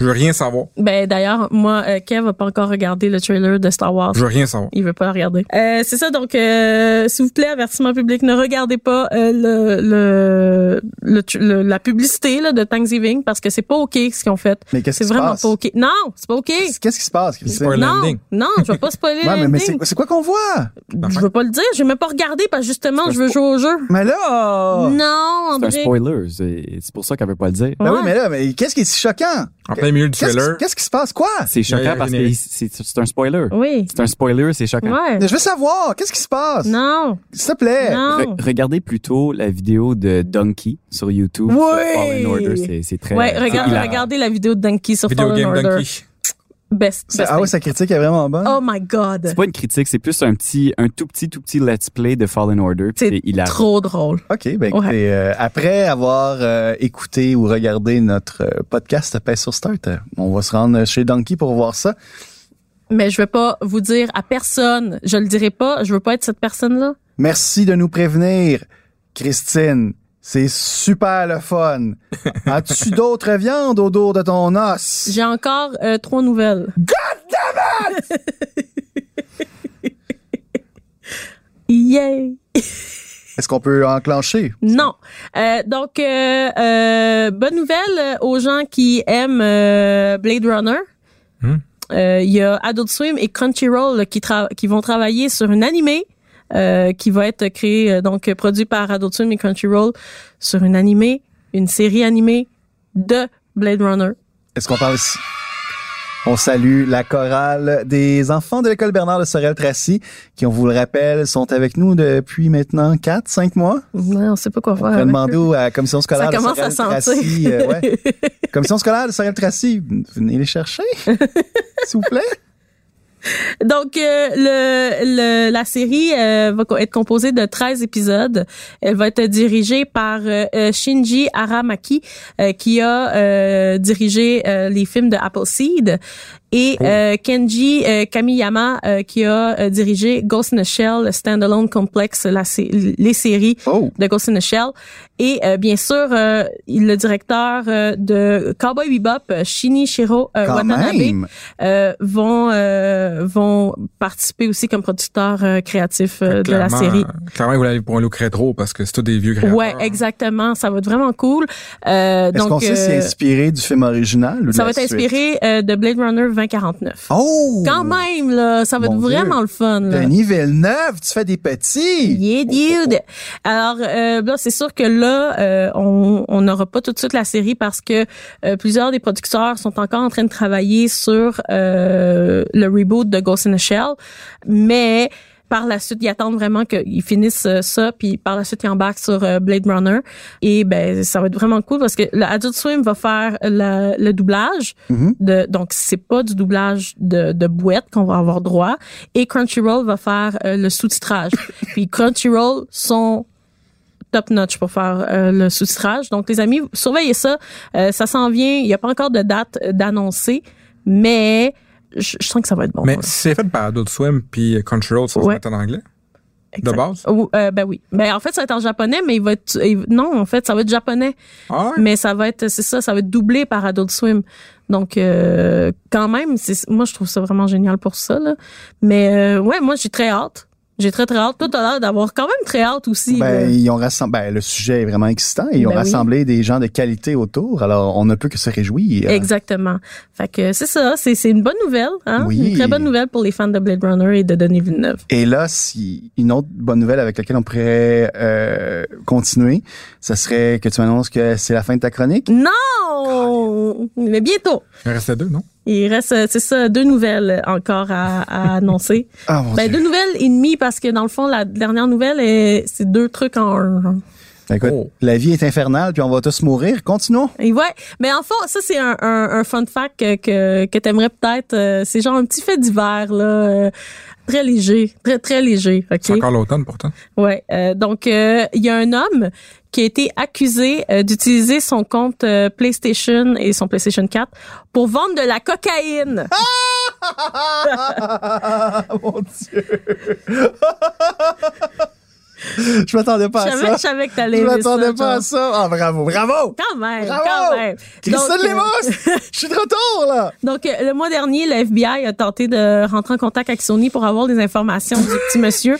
[SPEAKER 4] Je veux rien savoir.
[SPEAKER 3] Ben d'ailleurs, moi euh, Kev a pas encore regardé le trailer de Star Wars.
[SPEAKER 4] Je veux rien savoir.
[SPEAKER 3] Il veut pas la regarder. Euh, c'est ça, donc, euh, s'il vous plaît, avertissement public, ne regardez pas euh, le, le, le- le- la publicité là, de Thanksgiving parce que c'est pas OK ce qu'ils ont fait.
[SPEAKER 2] Mais qu'est-ce
[SPEAKER 3] C'est
[SPEAKER 2] qui se
[SPEAKER 3] vraiment
[SPEAKER 2] passe?
[SPEAKER 3] pas OK. Non, c'est pas OK.
[SPEAKER 2] Qu'est-ce qui se passe, Christine?
[SPEAKER 4] Spoiler.
[SPEAKER 2] Ouais,
[SPEAKER 3] Non,
[SPEAKER 4] L'ending.
[SPEAKER 3] non, je vais pas
[SPEAKER 2] <laughs>
[SPEAKER 3] spoiler
[SPEAKER 2] mais, mais c'est
[SPEAKER 3] l'ending.
[SPEAKER 2] c'est quoi qu'on voit?
[SPEAKER 3] Je veux pas le dire, j'ai même pas regardé parce que justement, je veux jouer au jeu.
[SPEAKER 2] Mais là!
[SPEAKER 3] Non,
[SPEAKER 6] C'est un
[SPEAKER 2] Ah.
[SPEAKER 3] André.
[SPEAKER 6] spoiler. C'est c'est pour ça qu'elle veut pas le dire.
[SPEAKER 2] Ben oui,
[SPEAKER 3] Ouais.
[SPEAKER 2] mais là, mais qu'est-ce qui est si choquant?
[SPEAKER 4] En plein milieu du
[SPEAKER 2] Qu'est-ce
[SPEAKER 4] trailer.
[SPEAKER 2] qui- qu'est-ce qui se passe? Quoi?
[SPEAKER 6] C'est
[SPEAKER 4] Il y a
[SPEAKER 2] Euh,
[SPEAKER 6] choquant
[SPEAKER 4] un
[SPEAKER 6] parce que
[SPEAKER 4] générique.
[SPEAKER 6] c'est c'est un spoiler.
[SPEAKER 3] Oui.
[SPEAKER 6] C'est un spoiler, c'est choquant.
[SPEAKER 3] Ouais.
[SPEAKER 2] Mais Je veux savoir, qu'est-ce qui se passe?
[SPEAKER 3] Non.
[SPEAKER 2] S'il te plaît.
[SPEAKER 3] Non.
[SPEAKER 6] Re- regardez plutôt la vidéo de Donkey sur YouTube.
[SPEAKER 3] Oui!
[SPEAKER 6] sur Fallen Order, c'est- c'est très.
[SPEAKER 3] Ouais,
[SPEAKER 6] c'est
[SPEAKER 3] regarde-
[SPEAKER 6] hilarant.
[SPEAKER 3] regardez la vidéo de Donkey sur
[SPEAKER 4] Video
[SPEAKER 3] Fallen
[SPEAKER 4] Game
[SPEAKER 3] Order.
[SPEAKER 4] Donkey.
[SPEAKER 3] Best.
[SPEAKER 2] Ça-
[SPEAKER 3] best
[SPEAKER 2] ah ouais,
[SPEAKER 3] thing.
[SPEAKER 2] sa critique est vraiment bonne.
[SPEAKER 3] Ben, Oh my god.
[SPEAKER 6] C'est pas une critique, c'est plus un petit, un tout petit, tout petit let's play de Fallen Order. puis
[SPEAKER 3] C'est
[SPEAKER 6] C'est hilarant.
[SPEAKER 3] Trop drôle.
[SPEAKER 2] OK, ben écoutez,
[SPEAKER 3] Ouais.
[SPEAKER 2] euh, après avoir euh, écouté ou regardé notre euh, podcast Paix sur Start, euh, on va se rendre chez Donkey pour voir ça.
[SPEAKER 3] Mais je vais pas vous dire à personne. Je le dirai pas. Je veux pas être cette personne-là.
[SPEAKER 2] Merci de nous prévenir, Christine. C'est super le
[SPEAKER 3] <laughs>
[SPEAKER 2] fun. As-tu d'autres viandes au dos de ton os?
[SPEAKER 3] J'ai encore euh, trois nouvelles. God <laughs> Yay!
[SPEAKER 2] Est-ce qu'on peut enclencher?
[SPEAKER 3] Non. Euh, donc, euh, euh, bonne nouvelle euh, aux gens qui aiment euh, Blade Runner.
[SPEAKER 4] Hmm.
[SPEAKER 3] Euh, Il y a Adult Swim et Crunchyroll là, qui, tra- qui vont travailler sur une animée euh, qui va être créée, euh, donc euh, produit par Adult Swim et Crunchyroll, sur une animée, une série animée de Blade Runner.
[SPEAKER 2] Est-ce qu'on parle ici? On salue la chorale des enfants de l'école Bernard de Sorel-Tracy, qui, on vous le rappelle, sont avec nous depuis maintenant 4, 5 mois.
[SPEAKER 3] Ah Ouais, on sait pas quoi faire.
[SPEAKER 2] On a
[SPEAKER 3] avec
[SPEAKER 2] demandé
[SPEAKER 3] eux.
[SPEAKER 2] au- à la commission scolaire
[SPEAKER 3] Ça
[SPEAKER 2] de
[SPEAKER 3] commence à
[SPEAKER 2] Sorel-Tracy,
[SPEAKER 3] sentir.
[SPEAKER 2] euh, ouais.
[SPEAKER 3] <laughs>
[SPEAKER 2] Commission scolaire de Sorel-Tracy, venez les chercher, s'il vous plaît.
[SPEAKER 3] Donc, euh, le, le- la série euh, va co- être composée de 13 épisodes. Elle va être dirigée par euh, euh, Shinji Aramaki, euh, qui a euh, dirigé euh, les films de Appleseed, et
[SPEAKER 2] Oh.
[SPEAKER 3] euh, Kenji euh, Kamiyama, euh, qui a euh, dirigé Ghost in a Shell, Standalone Complex, la, sé- les séries
[SPEAKER 2] Oh,
[SPEAKER 3] de Ghost in the Shell. Et euh, bien sûr, euh, il- le directeur euh, de Cowboy Bebop, euh, Shinichiro euh,
[SPEAKER 2] quand
[SPEAKER 3] Watanabe,
[SPEAKER 2] même!
[SPEAKER 3] euh, vont, euh, vont participer aussi comme producteurs euh, créatifs euh, de la
[SPEAKER 4] Clairement,
[SPEAKER 3] série.
[SPEAKER 4] euh, Clairement, ils voulaient aller pour un look rétro parce que c'est tous des vieux créateurs.
[SPEAKER 3] Ouais, exactement. Ça va être vraiment cool. Euh,
[SPEAKER 2] Est-ce qu'on
[SPEAKER 3] donc,
[SPEAKER 2] sait si c'est
[SPEAKER 3] euh,
[SPEAKER 2] inspiré du film original ou de
[SPEAKER 3] ça
[SPEAKER 2] la
[SPEAKER 3] va être
[SPEAKER 2] suite?
[SPEAKER 3] inspiré euh, de Blade Runner 2049.
[SPEAKER 2] Oh!
[SPEAKER 3] Quand même, là, ça va
[SPEAKER 2] Mon
[SPEAKER 3] être
[SPEAKER 2] Dieu.
[SPEAKER 3] vraiment le fun. Là.
[SPEAKER 2] Denis Oh, Villeneuve, tu fais des petits!
[SPEAKER 3] Yeah, dude. Alors euh, là, c'est sûr que là, euh, on on n'aura pas tout de suite la série parce que euh, plusieurs des producteurs sont encore en train de travailler sur euh, le reboot de Ghost in the Shell, mais par la suite, ils attendent vraiment qu'ils finissent euh, ça, puis par la suite, ils embarquent sur euh, Blade Runner. Et ben, ça va être vraiment cool parce que le Adult Swim va faire la- le doublage.
[SPEAKER 2] Mhm.
[SPEAKER 3] de, donc, c'est pas du doublage de, de bouette qu'on va avoir droit. Et Crunchyroll va faire euh, le sous-titrage. puis Crunchyroll sont top notch pour faire euh, le sous-titrage. Donc, les amis, surveillez ça. Euh, ça s'en vient. Il n'y a pas encore de date euh, d'annoncer, mais je, je sens que ça va être bon.
[SPEAKER 4] Mais
[SPEAKER 3] là.
[SPEAKER 4] si c'est fait par Adult Swim puis Control, ça va se
[SPEAKER 3] Ouais.
[SPEAKER 4] mettre en anglais.
[SPEAKER 3] Exact.
[SPEAKER 4] De base.
[SPEAKER 3] Ou- euh, ben oui. Ben en fait, ça va être en japonais, mais il va être il- non, en fait, ça va être japonais,
[SPEAKER 4] Ah ouais?
[SPEAKER 3] mais ça va être c'est ça, ça va être doublé par Adult Swim. Donc euh, quand même, c'est moi je trouve ça vraiment génial pour ça là. Mais euh, ouais, moi j'ai très hâte. J'ai très très hâte. Toi t'as l'air d'avoir quand même très hâte aussi.
[SPEAKER 2] Ben,
[SPEAKER 3] là.
[SPEAKER 2] ils ont rassemblé, ben, le sujet est vraiment excitant. Ils ont
[SPEAKER 3] Ben oui.
[SPEAKER 2] rassemblé des gens de qualité autour, alors on ne peut que se réjouir.
[SPEAKER 3] Exactement. Fait que c'est ça, c'est c'est une bonne nouvelle, hein?
[SPEAKER 2] Oui.
[SPEAKER 3] Une très bonne nouvelle pour les fans de Blade Runner et de Denis Villeneuve.
[SPEAKER 2] Et là, si une autre bonne nouvelle avec laquelle on pourrait euh, continuer, ce serait que tu m'annonces que c'est la fin de ta chronique.
[SPEAKER 4] Oh,
[SPEAKER 3] Non! Mais bientôt!
[SPEAKER 4] Il en restait deux, non?
[SPEAKER 3] Il reste, euh, c'est ça, deux nouvelles encore à- à annoncer.
[SPEAKER 2] Ah mon
[SPEAKER 3] Ben,
[SPEAKER 2] Dieu.
[SPEAKER 3] deux nouvelles et demie parce que dans le fond, la dernière nouvelle, est- c'est deux trucs en un. hein. genre.
[SPEAKER 2] Ben, écoute,
[SPEAKER 4] Oh.
[SPEAKER 2] la vie est infernale, puis on va tous mourir. Continuons.
[SPEAKER 3] Et ouais, mais en fond, ça, c'est un, un, un fun fact que, que, que t'aimerais peut-être. euh, c'est genre un petit fait divers, là. euh, très léger, très, très léger, OK?
[SPEAKER 4] C'est encore l'automne pourtant.
[SPEAKER 3] Ouais. euh, donc, euh, il y a un homme qui a été accusé euh, d'utiliser son compte euh, PlayStation et son PlayStation 4 pour vendre de la cocaïne.
[SPEAKER 2] Ah, mon Dieu. Je m'attendais pas
[SPEAKER 3] je,
[SPEAKER 2] à
[SPEAKER 3] savais,
[SPEAKER 2] ça.
[SPEAKER 3] je savais que t'allais
[SPEAKER 2] Je
[SPEAKER 3] aimer ça,
[SPEAKER 2] m'attendais pas à
[SPEAKER 3] genre.
[SPEAKER 2] ça. Ah, bravo,
[SPEAKER 3] <laughs>
[SPEAKER 2] bravo.
[SPEAKER 3] Quand même,
[SPEAKER 2] Bravo!
[SPEAKER 3] quand même.
[SPEAKER 2] Christine
[SPEAKER 3] Donc, euh,
[SPEAKER 2] Lémus,
[SPEAKER 3] <laughs>
[SPEAKER 2] je suis de retour, là.
[SPEAKER 3] Donc, euh, le mois dernier, le FBI a tenté de rentrer en contact avec Sony pour avoir des informations du
[SPEAKER 2] <laughs>
[SPEAKER 3] petit monsieur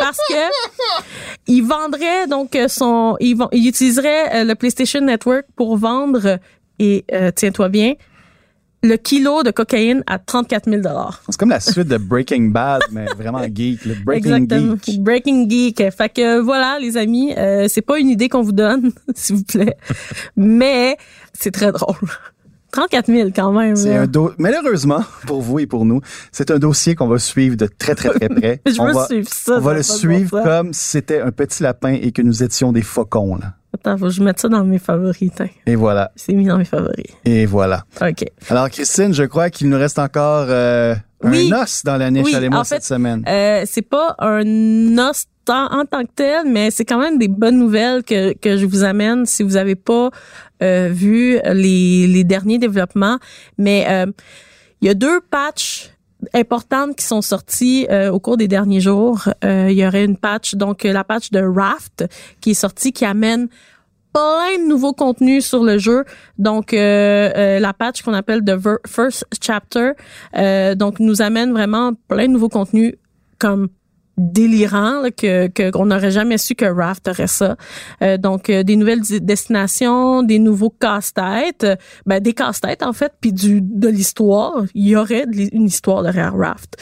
[SPEAKER 3] parce que il vendrait donc euh, son, il, vend- il utiliserait euh, le PlayStation Network pour vendre et euh, tiens-toi bien le kilo de cocaïne à 34 000 dollars.
[SPEAKER 2] C'est comme la suite de Breaking Bad, mais vraiment geek. Le Breaking
[SPEAKER 3] Exactement.
[SPEAKER 2] Geek.
[SPEAKER 3] Breaking geek. Fait que euh, voilà, les amis, <laughs> euh, c'est pas une idée qu'on vous donne, s'il vous plaît, mais c'est très drôle. 34 000 quand même.
[SPEAKER 2] C'est
[SPEAKER 3] là.
[SPEAKER 2] un do- Malheureusement, pour vous et pour nous, c'est un dossier qu'on va suivre de très, très, très près.
[SPEAKER 3] <laughs> Je
[SPEAKER 2] on
[SPEAKER 3] veux
[SPEAKER 2] va,
[SPEAKER 3] suivre ça.
[SPEAKER 2] on va le
[SPEAKER 3] ça n'a pas de
[SPEAKER 2] suivre
[SPEAKER 3] bon sens.
[SPEAKER 2] comme si c'était un petit lapin et que nous étions des faucons. là.
[SPEAKER 3] Attends, faut que je mette ça dans mes favoris. tiens.
[SPEAKER 2] Et voilà,
[SPEAKER 3] C'est mis dans mes favoris.
[SPEAKER 2] et voilà.
[SPEAKER 3] OK.
[SPEAKER 2] Alors, Christine, je crois qu'il nous reste encore euh,
[SPEAKER 3] Oui.
[SPEAKER 2] un os dans la niche
[SPEAKER 3] Oui,
[SPEAKER 2] à l'émoi
[SPEAKER 3] en fait,
[SPEAKER 2] cette semaine.
[SPEAKER 3] Euh, c'est pas un os tant- en tant que tel, mais c'est quand même des bonnes nouvelles que, que je vous amène si vous n'avez pas euh, vu les, les derniers développements. Mais euh, il y a deux patchs importantes qui sont sorties euh, au cours des derniers jours. Euh, il y aurait une patch, donc euh, la patch de Raft qui est sortie, qui amène plein de nouveaux contenus sur le jeu. Donc, euh, euh, la patch qu'on appelle The Ver- First Chapter, euh, donc nous amène vraiment plein de nouveaux contenus comme délirant là, que que- qu'on n'aurait jamais su que Raft aurait ça. Euh, donc euh, des nouvelles di- destinations, des nouveaux casse-têtes, euh, ben, des casse-têtes en fait, puis du de l'histoire. Il y aurait de l'hi- une histoire derrière Raft.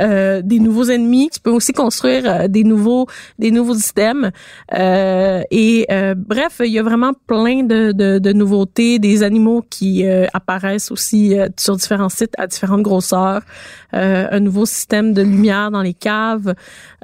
[SPEAKER 3] Euh, des nouveaux ennemis. Tu peux aussi construire euh, des nouveaux des nouveaux systèmes. Euh, et euh, bref, il y a vraiment plein de, de, de nouveautés, des animaux qui euh, apparaissent aussi euh, sur différents sites à différentes grosseurs, euh, un nouveau système de lumière dans les caves.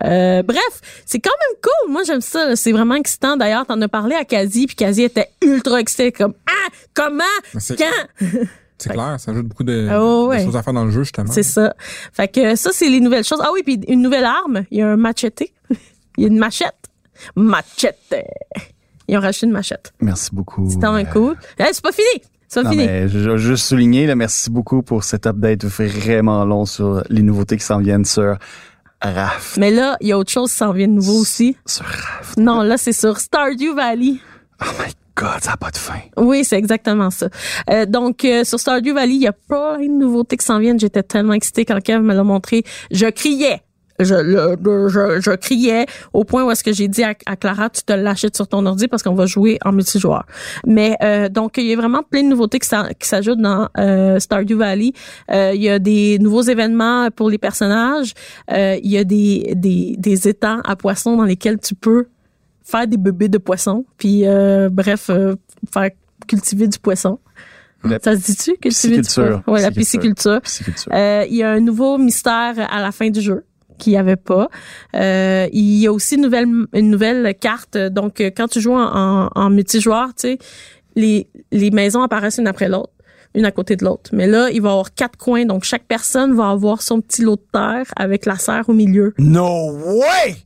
[SPEAKER 3] Euh, bref, c'est quand même cool. Moi, j'aime ça. là. C'est vraiment excitant. D'ailleurs, t'en as parlé à Kazi, puis Kazi était ultra excité, comme ah comment
[SPEAKER 4] Mais C'est
[SPEAKER 3] quand
[SPEAKER 4] <laughs> c'est clair, ça ajoute beaucoup de,
[SPEAKER 3] Ah, ouais,
[SPEAKER 4] de
[SPEAKER 3] ouais.
[SPEAKER 4] choses à faire dans le jeu, justement.
[SPEAKER 3] C'est ça. Fait que ça, c'est les nouvelles choses. Ah oui, puis une nouvelle arme. Il y a un macheté. <laughs> Il y a une machette. Machette. Ils ont racheté une machette.
[SPEAKER 2] Merci beaucoup.
[SPEAKER 3] C'est quand même cool. Eh, c'est pas fini. C'est pas
[SPEAKER 2] Non,
[SPEAKER 3] fini.
[SPEAKER 2] mais je je veux juste souligner, là, merci beaucoup pour cet update vraiment long sur les nouveautés qui s'en viennent sur RAF.
[SPEAKER 3] Mais là, il y a autre chose qui s'en vient de nouveau aussi.
[SPEAKER 2] Sur RAF.
[SPEAKER 3] Non, là, c'est sur Stardew Valley.
[SPEAKER 2] Oh my God, ça n'a pas de fin.
[SPEAKER 3] Oui, c'est exactement ça. Euh, donc, euh, sur Stardew Valley, il y a plein de nouveautés qui s'en viennent. J'étais tellement excitée quand Kev me l'a montré. Je criais. Je, le- le- je, je criais au point où est-ce que j'ai dit à, à Clara, tu te l'achètes sur ton ordi parce qu'on va jouer en multijoueur. Mais euh, donc, il y a vraiment plein de nouveautés qui s'en- qui s'ajoutent dans euh, Stardew Valley. Euh, il y a des nouveaux événements pour les personnages. Euh, il y a des, des, des étangs à poissons dans lesquels tu peux faire des bébés de poissons. Puis, euh, bref, euh, faire cultiver du poisson.
[SPEAKER 2] La
[SPEAKER 3] Ça se dit-tu? Cultiver du
[SPEAKER 2] pisciculture.
[SPEAKER 3] poisson? Oui, la
[SPEAKER 2] Pisciculture.
[SPEAKER 3] pisciculture.
[SPEAKER 2] Pisciculture.
[SPEAKER 3] Euh, il y a un nouveau mystère à la fin du jeu qu'il n'y avait pas. Euh, il y a aussi une nouvelle, une nouvelle carte. Donc, euh, quand tu joues en, en, en multijoueur, tu sais, les, les maisons apparaissent une après l'autre, une à côté de l'autre. Mais là, il va y avoir quatre coins. Donc, chaque personne va avoir son petit lot de terre avec la serre au milieu.
[SPEAKER 2] No way!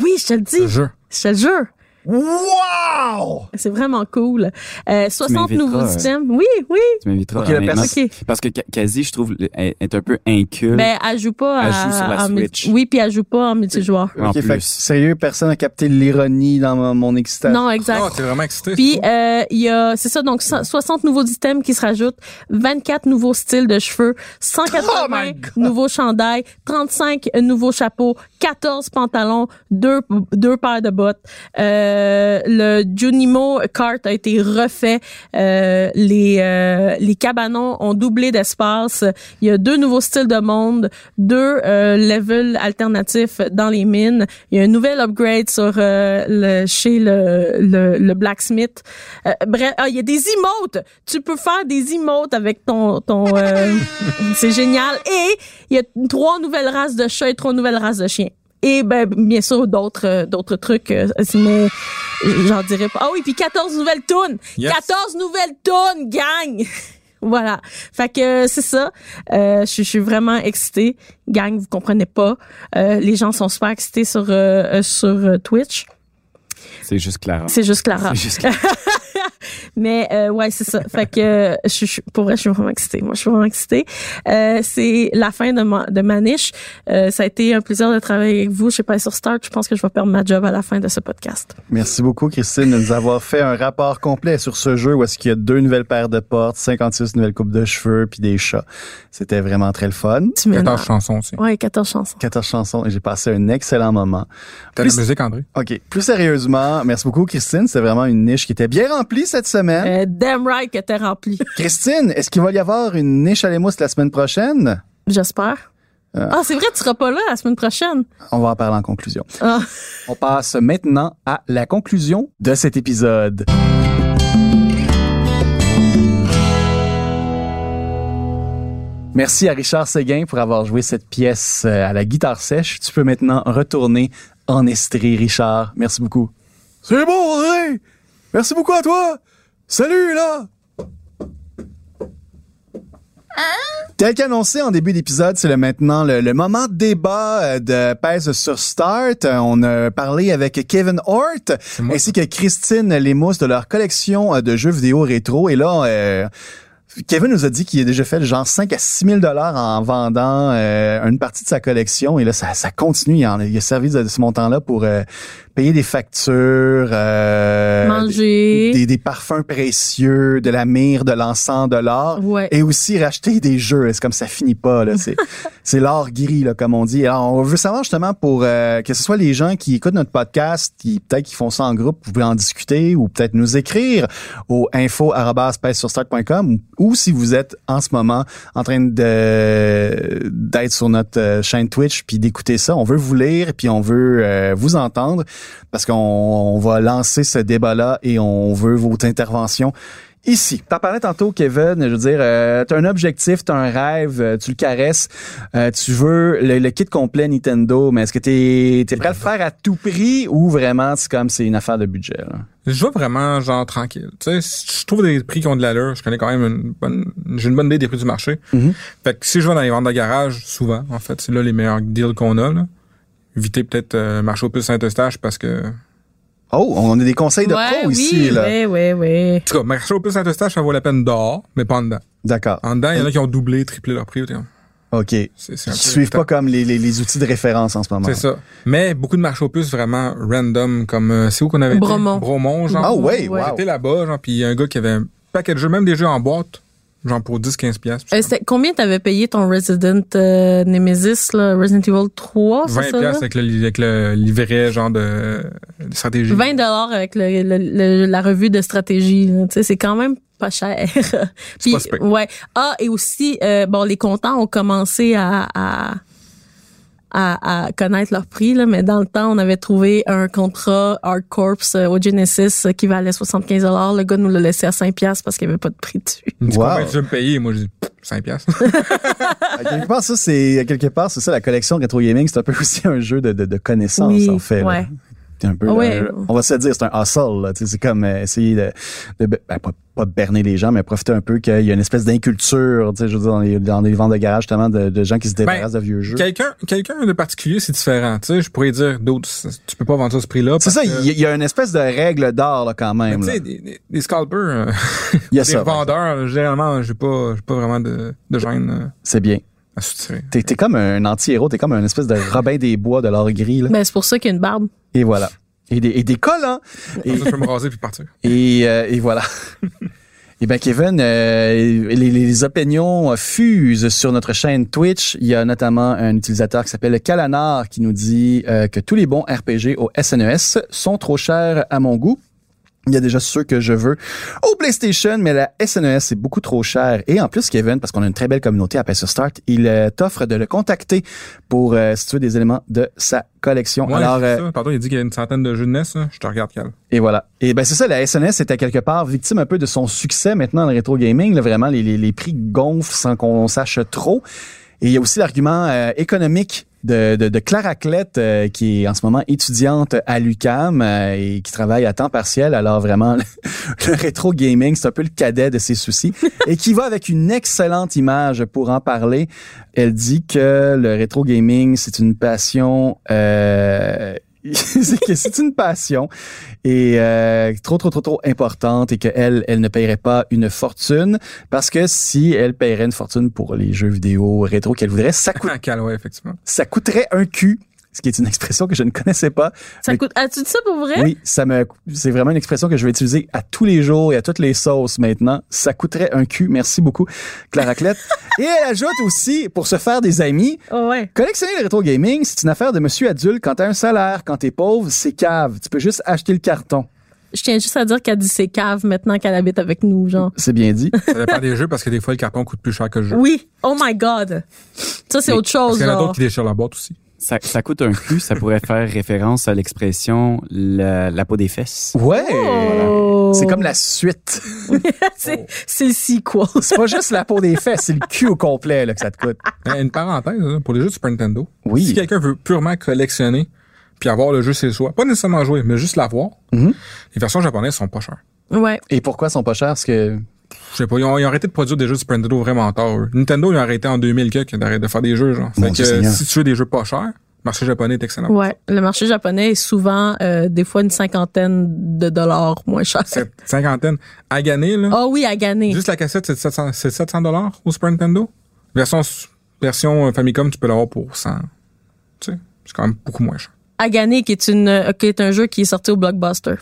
[SPEAKER 3] Oui, je te le
[SPEAKER 4] le
[SPEAKER 3] dis,
[SPEAKER 4] jeu.
[SPEAKER 3] je te le jure.
[SPEAKER 2] Wow!
[SPEAKER 3] C'est vraiment cool. Euh, 60
[SPEAKER 6] m'inviteras,
[SPEAKER 3] nouveaux
[SPEAKER 6] euh,
[SPEAKER 3] systèmes. Oui, oui.
[SPEAKER 6] Tu m'inviteras.
[SPEAKER 2] Ok, la
[SPEAKER 6] honnêtement.
[SPEAKER 2] personne-
[SPEAKER 3] OK.
[SPEAKER 6] Parce que Ca- Cassie, je trouve, elle est un peu incul.
[SPEAKER 3] Ben, elle joue pas
[SPEAKER 6] Elle
[SPEAKER 3] à-
[SPEAKER 6] joue sur la
[SPEAKER 3] en multi-
[SPEAKER 6] Switch.
[SPEAKER 3] Oui, puis elle joue pas en multijoueur.
[SPEAKER 6] en
[SPEAKER 2] Ok, fait que,
[SPEAKER 6] plus.
[SPEAKER 2] sérieux, personne n'a capté l'ironie dans mon, mon excitation.
[SPEAKER 3] Non,
[SPEAKER 4] Non,
[SPEAKER 3] exact.
[SPEAKER 4] Ah, t'es vraiment excité.
[SPEAKER 3] Puis euh, il y a c'est ça donc so- 60 nouveaux items qui se rajoutent, 24 nouveaux styles de cheveux, 180 nouveaux chandails, 35 nouveaux chapeaux, 14 pantalons, deux deux paires de bottes. Euh, le Junimo cart a été refait, Euh, les euh, les cabanons ont doublé d'espace, il y a deux nouveaux styles de monde, deux euh, levels alternatifs dans les mines. Il y a un nouvel upgrade sur euh, le, chez le, le, le blacksmith. Euh, bref, ah, il y a des emotes. Tu peux faire des emotes avec ton ton. euh, <laughs> c'est génial. Et il y a trois nouvelles races de chats et trois nouvelles races de chiens. Et ben, bien sûr d'autres euh, d'autres trucs, euh, mais j'en dirais pas. Ah oui, puis 14 nouvelles tunes.
[SPEAKER 4] Yes.
[SPEAKER 3] 14 nouvelles tunes, gang. Voilà. Fait que euh, c'est ça. Euh, je, je suis vraiment excitée. Gang, vous comprenez pas. Euh, les gens sont super excités sur euh, euh, sur euh, Twitch.
[SPEAKER 6] C'est juste Clara.
[SPEAKER 3] C'est juste Clara.
[SPEAKER 6] C'est juste Clara.
[SPEAKER 3] Mais euh, ouais, c'est ça. Fait que euh, je, je- pour vrai, je suis vraiment excitée. Moi, je suis vraiment excitée. Euh, c'est la fin de ma, de ma niche. Euh, ça a été un plaisir de travailler avec vous. Je sais pas sur Start. Je pense que je vais perdre ma job à la fin de ce podcast.
[SPEAKER 2] Merci beaucoup, Christine, de nous avoir fait un rapport complet sur ce jeu où est-ce qu'il y a deux nouvelles paires de portes, 56 nouvelles coupes de cheveux, puis des chats. C'était vraiment très le fun.
[SPEAKER 3] Tu m'énerves.
[SPEAKER 4] 14 chansons aussi.
[SPEAKER 3] Ouais, 14 chansons.
[SPEAKER 2] 14 chansons et j'ai passé un excellent moment.
[SPEAKER 4] T'as de la musique, André?
[SPEAKER 2] OK, plus sérieusement, merci beaucoup, Christine. C'est vraiment une niche qui était bien remplie cette semaine.
[SPEAKER 3] Euh, damn right que t'es rempli.
[SPEAKER 2] Christine, est-ce qu'il va y avoir une niche à l'émousse la semaine prochaine?
[SPEAKER 3] J'espère.
[SPEAKER 6] Euh.
[SPEAKER 3] Ah, c'est vrai, tu seras pas là la semaine prochaine.
[SPEAKER 2] On va en parler en conclusion.
[SPEAKER 3] Ah.
[SPEAKER 2] On passe maintenant à la conclusion de cet épisode. Merci à Richard Séguin pour avoir joué cette pièce euh, à la guitare sèche. Tu peux maintenant retourner en estrie, Richard. Merci beaucoup. C'est bon, André! Merci beaucoup à toi! Salut, là! Tel qu'annoncé en début d'épisode, c'est le maintenant le, le moment de débat euh, de Pèse sur Start. Euh, On a parlé avec Kevin Hort
[SPEAKER 4] moi.
[SPEAKER 2] ainsi que Christine Lémousse de leur collection euh, de jeux vidéo rétro. Et là, euh, Kevin nous a dit qu'il a déjà fait genre 5 à 6 000 dollars en vendant euh, une partie de sa collection. Et là, ça, ça continue. Il, en a, il a servi de, de ce montant-là pour euh, payer des factures, euh,
[SPEAKER 3] Manger.
[SPEAKER 2] des, des parfums précieux, de la myrrhe, de l'encens, de l'or.
[SPEAKER 3] Ouais.
[SPEAKER 2] Et aussi racheter des jeux. C'est comme ça finit pas. là. C'est, c'est l'or gris, là, comme on dit. Alors, on veut savoir justement pour euh, que ce soit les gens qui écoutent notre podcast, qui peut-être qui font ça en groupe, vous pouvez en discuter ou peut-être nous écrire au info.spacesurstart.com ou si vous êtes en ce moment en train de d'être sur notre euh, chaîne Twitch puis d'écouter ça. On veut vous lire puis on veut euh, vous entendre parce qu'on on va lancer ce débat-là et on veut vos interventions ici. T'en parlais tantôt, Kevin, je veux dire, euh, t'as un objectif, t'as un rêve, euh, tu le caresses, euh, tu veux le, le kit complet Nintendo, mais est-ce que t'es es prêt à le faire à tout prix ou vraiment c'est comme c'est une affaire de budget? là?
[SPEAKER 4] Je vais vraiment genre tranquille. Tu sais, si je trouve des prix qui ont de l'allure. Je connais quand même une bonne, j'ai une bonne idée des prix du marché.
[SPEAKER 2] Mhm.
[SPEAKER 4] Fait que si je vais dans les ventes de garage, souvent, en fait, c'est là les meilleurs deals qu'on a. Là. Éviter peut-être euh, marché au plus Saint-Eustache parce que. En
[SPEAKER 2] Oh, on a des conseils de
[SPEAKER 3] ouais,
[SPEAKER 2] pro
[SPEAKER 3] oui,
[SPEAKER 2] ici, là.
[SPEAKER 3] Ouais, ouais, ouais.
[SPEAKER 4] tout cas, marché au plus Saint-Eustache, ça vaut la peine dehors, mais pas en dedans.
[SPEAKER 2] D'accord.
[SPEAKER 4] En dedans, il y en a qui ont doublé, triplé leur prix. tu sais.
[SPEAKER 2] OK. Ils
[SPEAKER 4] C'est, c'est un peu
[SPEAKER 2] suivent
[SPEAKER 4] irritant.
[SPEAKER 2] pas comme les, les, les outils de référence en ce moment.
[SPEAKER 4] C'est ça. Mais beaucoup de marchés aux puces vraiment random, comme euh, c'est où qu'on avait
[SPEAKER 3] Bromont.
[SPEAKER 4] été? Bromont, genre.
[SPEAKER 2] Ah ouais,
[SPEAKER 3] Ouais.
[SPEAKER 2] wow.
[SPEAKER 4] J'étais là-bas, genre, puis il y a un gars qui avait un paquet de jeux, même des jeux en boîte, genre pour 10-15$. piastres.
[SPEAKER 3] Euh, c'était- combien t'avais payé ton Resident euh, Nemesis, là, Resident Evil 3, Eh, c'est
[SPEAKER 4] 20$
[SPEAKER 3] ça? là?
[SPEAKER 4] piastres avec le, avec le livret, genre de, de stratégie.
[SPEAKER 3] 20 dollars avec le- le- le- la revue de stratégie. là. Tu sais, c'est quand même pas cher. <laughs> Puis,
[SPEAKER 4] pas si pire.
[SPEAKER 3] ouais. Ah, et aussi, euh, bon, les comptants ont commencé à, à, à, à connaître leur prix, là, mais dans le temps, on avait trouvé un contrat Hard Corps euh, au Genesis euh, qui valait 75 dollars. Le gars nous l'a laissé à 5 piastres parce qu'il n'y avait pas de prix dessus.
[SPEAKER 4] Il me dit,
[SPEAKER 2] Wow.
[SPEAKER 4] Combien tu veux me payer? Moi, je dis pff, 5$. piastres.
[SPEAKER 2] À Ah, quelque part, ça, c'est, à quelque part, c'est ça, la collection rétro gaming, c'est un peu <laughs> aussi un jeu de, de, de connaissances,
[SPEAKER 3] Oui,
[SPEAKER 2] en fait. là.
[SPEAKER 3] ouais. Ah
[SPEAKER 2] C'est un peu,
[SPEAKER 3] Ouais.
[SPEAKER 2] euh, on va se le dire, c'est un hustle. là. Tu sais, C'est comme euh, essayer de, de ben, pas, pas berner les gens, mais profiter un peu qu'il y a une espèce d'inculture, tu sais, je veux dire, dans les, dans les ventes de garage, justement, de, de gens qui se
[SPEAKER 4] Ben,
[SPEAKER 2] débarrassent de vieux jeux.
[SPEAKER 4] Quelqu'un quelqu'un de particulier, c'est différent. Tu sais, je pourrais dire, d'autres, tu peux pas vendre ça à ce prix-là.
[SPEAKER 2] C'est
[SPEAKER 4] parce
[SPEAKER 2] ça,
[SPEAKER 4] que-
[SPEAKER 2] il y, a- il y a une espèce de règle d'or là, quand
[SPEAKER 4] Mais
[SPEAKER 2] même.
[SPEAKER 4] tu
[SPEAKER 2] là.
[SPEAKER 4] sais, des, des, des scalpers, euh,
[SPEAKER 2] Il y a
[SPEAKER 4] <laughs> des
[SPEAKER 2] ça, par
[SPEAKER 4] vendeurs, généralement, j'ai pas, j'ai pas vraiment de, de gêne euh,
[SPEAKER 2] C'est bien.
[SPEAKER 4] à soutirer.
[SPEAKER 2] T'es t'es comme un anti-héros, t'es comme un espèce de Robin des Bois de l'or gris. là.
[SPEAKER 3] Ben, c'est pour ça qu'il y a une barbe.
[SPEAKER 2] Et voilà. Et des, et des hein. collants. Et-
[SPEAKER 4] Comme ça, je peux me raser puis partir.
[SPEAKER 2] Et, euh, et voilà. <laughs> Eh bien, Kevin, euh, les, les opinions euh, fusent sur notre chaîne Twitch. Il y a notamment un utilisateur qui s'appelle Calanar qui nous dit euh, que tous les bons RPG au SNES sont trop chers à mon goût. Il y a déjà ceux que je veux au PlayStation, mais la SNES c'est beaucoup trop cher. Et en plus, Kevin, parce qu'on a une très belle communauté à Pacer Start, il euh, t'offre de le contacter pour euh, si tu veux des éléments de sa collection.
[SPEAKER 4] Moi,
[SPEAKER 2] Alors,
[SPEAKER 4] il dit
[SPEAKER 2] euh,
[SPEAKER 4] ça. Pardon, il dit qu'il y a une centaine de jeux de NES. hein. Je te regarde, Cal.
[SPEAKER 2] et voilà. Et ben c'est ça, la SNS était quelque part victime un peu de son succès maintenant dans le rétro gaming. là. vraiment, les, les- les prix gonflent sans qu'on sache trop. Et il y a aussi l'argument euh, économique de, de, de Clara Clette, euh, qui est en ce moment étudiante à l'UCAM et qui travaille à temps partiel. Alors vraiment, le, <laughs> le rétro gaming, c'est un peu le cadet de ses soucis. et qui va avec une excellente image pour en parler. Elle dit que le rétro gaming, c'est une passion... Euh, <laughs> c'est que c'est une passion et euh, trop trop trop trop importante et qu'elle elle ne paierait pas une fortune parce que si elle paierait une fortune pour les jeux vidéo rétro qu'elle voudrait ça
[SPEAKER 4] <laughs>
[SPEAKER 2] coûte
[SPEAKER 4] Ah, Cal, ouais, effectivement.
[SPEAKER 2] ça coûterait un cul ce qui est une expression que je ne connaissais pas
[SPEAKER 3] Ça
[SPEAKER 2] Mais-
[SPEAKER 3] coûte. As-tu dit ça pour
[SPEAKER 2] <laughs>
[SPEAKER 3] vrai?
[SPEAKER 2] oui ça me c'est vraiment une expression que je vais utiliser à tous les jours et à toutes les sauces maintenant ça coûterait un cul merci beaucoup Clara <laughs> Clette et elle ajoute aussi pour se faire des amis
[SPEAKER 3] Oh, ouais.
[SPEAKER 2] Collectionner le rétro gaming, c'est une affaire de monsieur adulte quand t'as un salaire. Quand t'es pauvre, c'est cave. Tu peux juste acheter le carton.
[SPEAKER 3] Je tiens juste à dire qu'elle dit ses caves maintenant qu'elle habite avec nous, genre.
[SPEAKER 2] C'est bien dit.
[SPEAKER 4] Ça dépend des <laughs> jeux parce que des fois, le carton coûte plus cher que le jeu.
[SPEAKER 3] Oui. Oh my God. Ça, c'est autre
[SPEAKER 4] Parce
[SPEAKER 3] chose.
[SPEAKER 4] qu'il y en a
[SPEAKER 3] genre.
[SPEAKER 4] d'autres qui déchirent la boîte aussi.
[SPEAKER 6] Ça, ça coûte un cul, ça pourrait faire référence à l'expression la, la peau des fesses.
[SPEAKER 2] <laughs> Ouais!
[SPEAKER 3] Oh.
[SPEAKER 2] C'est comme la <laughs> suite.
[SPEAKER 3] <laughs> c'est c'est le sequel.
[SPEAKER 2] C'est pas juste la peau des fesses, c'est le cul au complet là, que ça te coûte.
[SPEAKER 4] Ben, Une parenthèse, là, pour les jeux de Super Nintendo.
[SPEAKER 2] Oui.
[SPEAKER 4] Si quelqu'un veut purement collectionner puis avoir le jeu chez soi, pas nécessairement jouer, mais juste l'avoir,
[SPEAKER 2] Mhm.
[SPEAKER 4] les versions japonaises sont pas chères.
[SPEAKER 3] Ouais.
[SPEAKER 2] Et pourquoi ils sont pas chers? Parce que
[SPEAKER 4] Je sais pas, ils ont, ils ont arrêté de produire des jeux de Super Nintendo vraiment tard, eux. Nintendo, ils ont arrêté en 2000 que d'arrêter de faire des jeux, genre.
[SPEAKER 2] Mon
[SPEAKER 4] Fait que
[SPEAKER 2] Dieu Seigneur.
[SPEAKER 4] si tu veux des jeux pas chers, le marché japonais est excellent.
[SPEAKER 3] Ouais. Le marché japonais est souvent, euh, des fois, une cinquantaine de dollars moins cher.
[SPEAKER 4] Cette cinquantaine. À gagner, là.
[SPEAKER 3] <laughs> Ah oui, à gagner.
[SPEAKER 4] Juste la cassette, c'est 700, c'est 700 dollars au Super Nintendo. Version, version euh, Famicom, tu peux l'avoir pour 100. Tu sais, c'est quand même beaucoup moins cher.
[SPEAKER 3] Agane, qui est une, euh, qui est un jeu qui est sorti au blockbuster.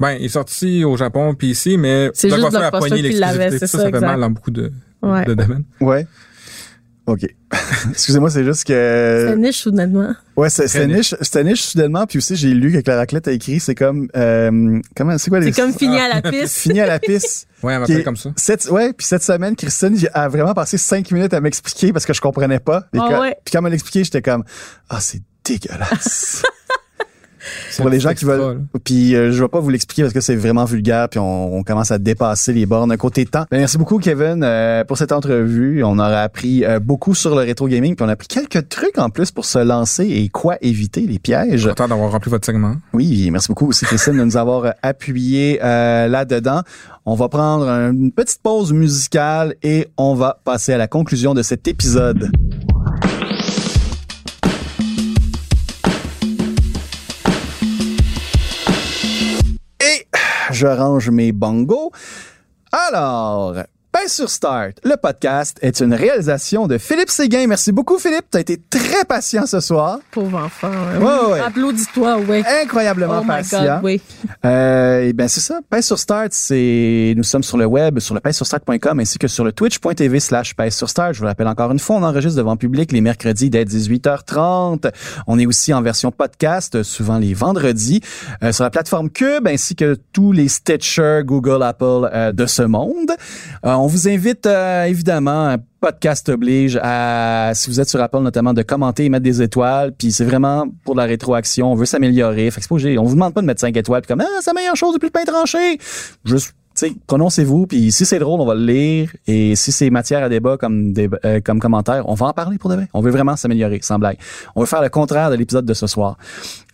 [SPEAKER 4] Ben, il est sorti au Japon puis ici, mais
[SPEAKER 3] C'est juste
[SPEAKER 4] Blockbuster
[SPEAKER 3] Blockbuster
[SPEAKER 4] poigné
[SPEAKER 3] qui
[SPEAKER 4] l'exclusivité.
[SPEAKER 3] l'avait, c'est
[SPEAKER 4] ça,
[SPEAKER 3] ça,
[SPEAKER 4] fait
[SPEAKER 3] exact.
[SPEAKER 4] mal dans beaucoup de,
[SPEAKER 3] Ouais.
[SPEAKER 4] de domaines.
[SPEAKER 2] Ouais. OK. <laughs> Excusez-moi, c'est juste que.
[SPEAKER 3] C'est une niche, soudainement.
[SPEAKER 2] Ouais, c'est-
[SPEAKER 4] Très
[SPEAKER 2] c'était
[SPEAKER 4] niche.
[SPEAKER 2] niche. C'était niche soudainement, puis aussi j'ai lu que Clara Clette a écrit, c'est comme euh, comment c'est quoi les
[SPEAKER 3] C'est comme fini à la piste.
[SPEAKER 2] fini à la piste.
[SPEAKER 4] Ouais, elle
[SPEAKER 2] Qui
[SPEAKER 4] m'appelle
[SPEAKER 2] est-
[SPEAKER 4] comme ça.
[SPEAKER 2] Cette, ouais, puis cette semaine, Christine a vraiment passé cinq minutes à m'expliquer parce que je comprenais pas. Et
[SPEAKER 3] Ah
[SPEAKER 2] quand-
[SPEAKER 3] ouais.
[SPEAKER 2] Puis quand elle m'a expliqué, j'étais comme ah c'est
[SPEAKER 3] <laughs>
[SPEAKER 2] dégueulasse. Pour les gens qui
[SPEAKER 4] Extra,
[SPEAKER 2] veulent.
[SPEAKER 4] là.
[SPEAKER 2] Puis euh, je vais pas vous l'expliquer parce que c'est vraiment vulgaire, puis on, on commence à dépasser les bornes côté temps. Ben, merci beaucoup Kevin euh, pour cette entrevue. On aura appris euh, beaucoup sur le rétro gaming, puis on a appris quelques trucs en plus pour se lancer et quoi éviter les pièges.
[SPEAKER 4] Content d'avoir rempli votre segment.
[SPEAKER 2] Oui, merci beaucoup aussi Christine de nous avoir euh, appuyé euh, là-dedans. On va prendre une petite pause musicale et on va passer à la conclusion de cet épisode. Et je range mes bongos. Alors, Pain sur Start, le podcast est une réalisation de Philippe Séguin. Merci beaucoup Philippe, tu as été très patient ce soir.
[SPEAKER 3] Pauvre enfant. ouais.
[SPEAKER 2] Ouais, ouais.
[SPEAKER 3] Applaudis-toi, ouais.
[SPEAKER 2] Incroyablement
[SPEAKER 3] Oh my
[SPEAKER 2] patient.
[SPEAKER 3] God, oui.
[SPEAKER 2] Euh, et ben c'est ça. Pèse sur Start, c'est nous sommes sur le web, sur le pèsesurstart.com ainsi que sur le twitch.tv slash pèse sur Start. Je vous rappelle encore une fois, on enregistre devant public les mercredis dès 18h30. On est aussi en version podcast, souvent les vendredis, euh, sur la plateforme Cube ainsi que tous les Stitcher, Google, Apple euh, de ce monde. Euh, on vous invite euh, évidemment à podcast oblige à, si vous êtes sur Apple notamment, de commenter et mettre des étoiles. Puis c'est vraiment pour de la rétroaction. On veut s'améliorer. Fait que c'est pas obligé. On vous demande pas de mettre 5 étoiles. Puis comme, ah, c'est la meilleure chose depuis le pain tranché. Juste, tu sais, prononcez-vous. Puis si c'est drôle, on va le lire. Et si c'est matière à débat comme, déba- euh, comme commentaire, on va en parler pour de vrai. On veut vraiment s'améliorer, sans blague. On veut faire le contraire de l'épisode de ce soir.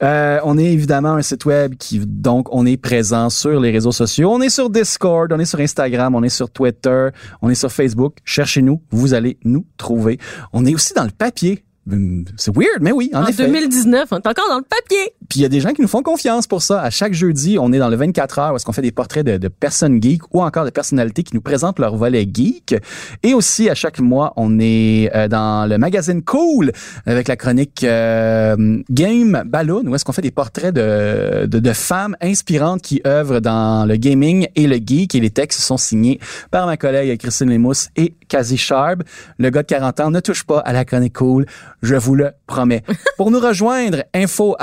[SPEAKER 2] Euh, on est évidemment un site web qui, donc, on est présent sur les réseaux sociaux. On est sur Discord, on est sur Instagram, on est sur Twitter, on est sur Facebook. Cherchez-nous, vous allez nous trouver. On est aussi dans le papier. Hum, C'est weird, mais oui, en,
[SPEAKER 3] En
[SPEAKER 2] effet.
[SPEAKER 3] 2019, on est encore dans le papier.
[SPEAKER 2] Puis il y a des gens qui nous font confiance pour ça. À chaque jeudi, on est dans le 24 heures où est-ce qu'on fait des portraits de, de personnes geeks ou encore de personnalités qui nous présentent leur volet geek. Et aussi, à chaque mois, on est euh, dans le magazine Cool avec la chronique euh, Game Balloon où est-ce qu'on fait des portraits de, de, de femmes inspirantes qui œuvrent dans le gaming et le geek. Et les textes sont signés par ma collègue Christine Lemousse et Kazi Sharp. Le gars de 40 ans ne touche pas à la chronique Cool. Je vous le promets. Pour nous rejoindre, info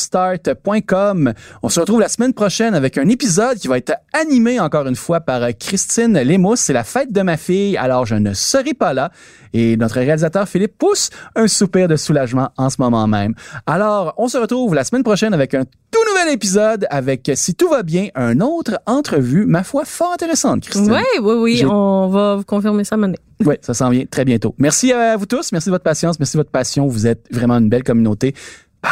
[SPEAKER 2] surstart.com. On se retrouve la semaine prochaine avec un épisode qui va être animé encore une fois par Christine Lémousse. C'est la fête de ma fille, alors je ne serai pas là. Et notre réalisateur Philippe pousse un soupir de soulagement en ce moment même. Alors, on se retrouve la semaine prochaine avec un tout nouvel épisode avec, si tout va bien, un autre entrevue, ma foi, fort intéressante, Christine.
[SPEAKER 3] Ouais, oui, oui.
[SPEAKER 2] J'ai-
[SPEAKER 3] On va vous confirmer ça, Mané.
[SPEAKER 2] Oui, ça s'en vient très bientôt. Merci à vous tous. Merci de votre patience. Merci de votre passion. Vous êtes vraiment une belle communauté. Bye!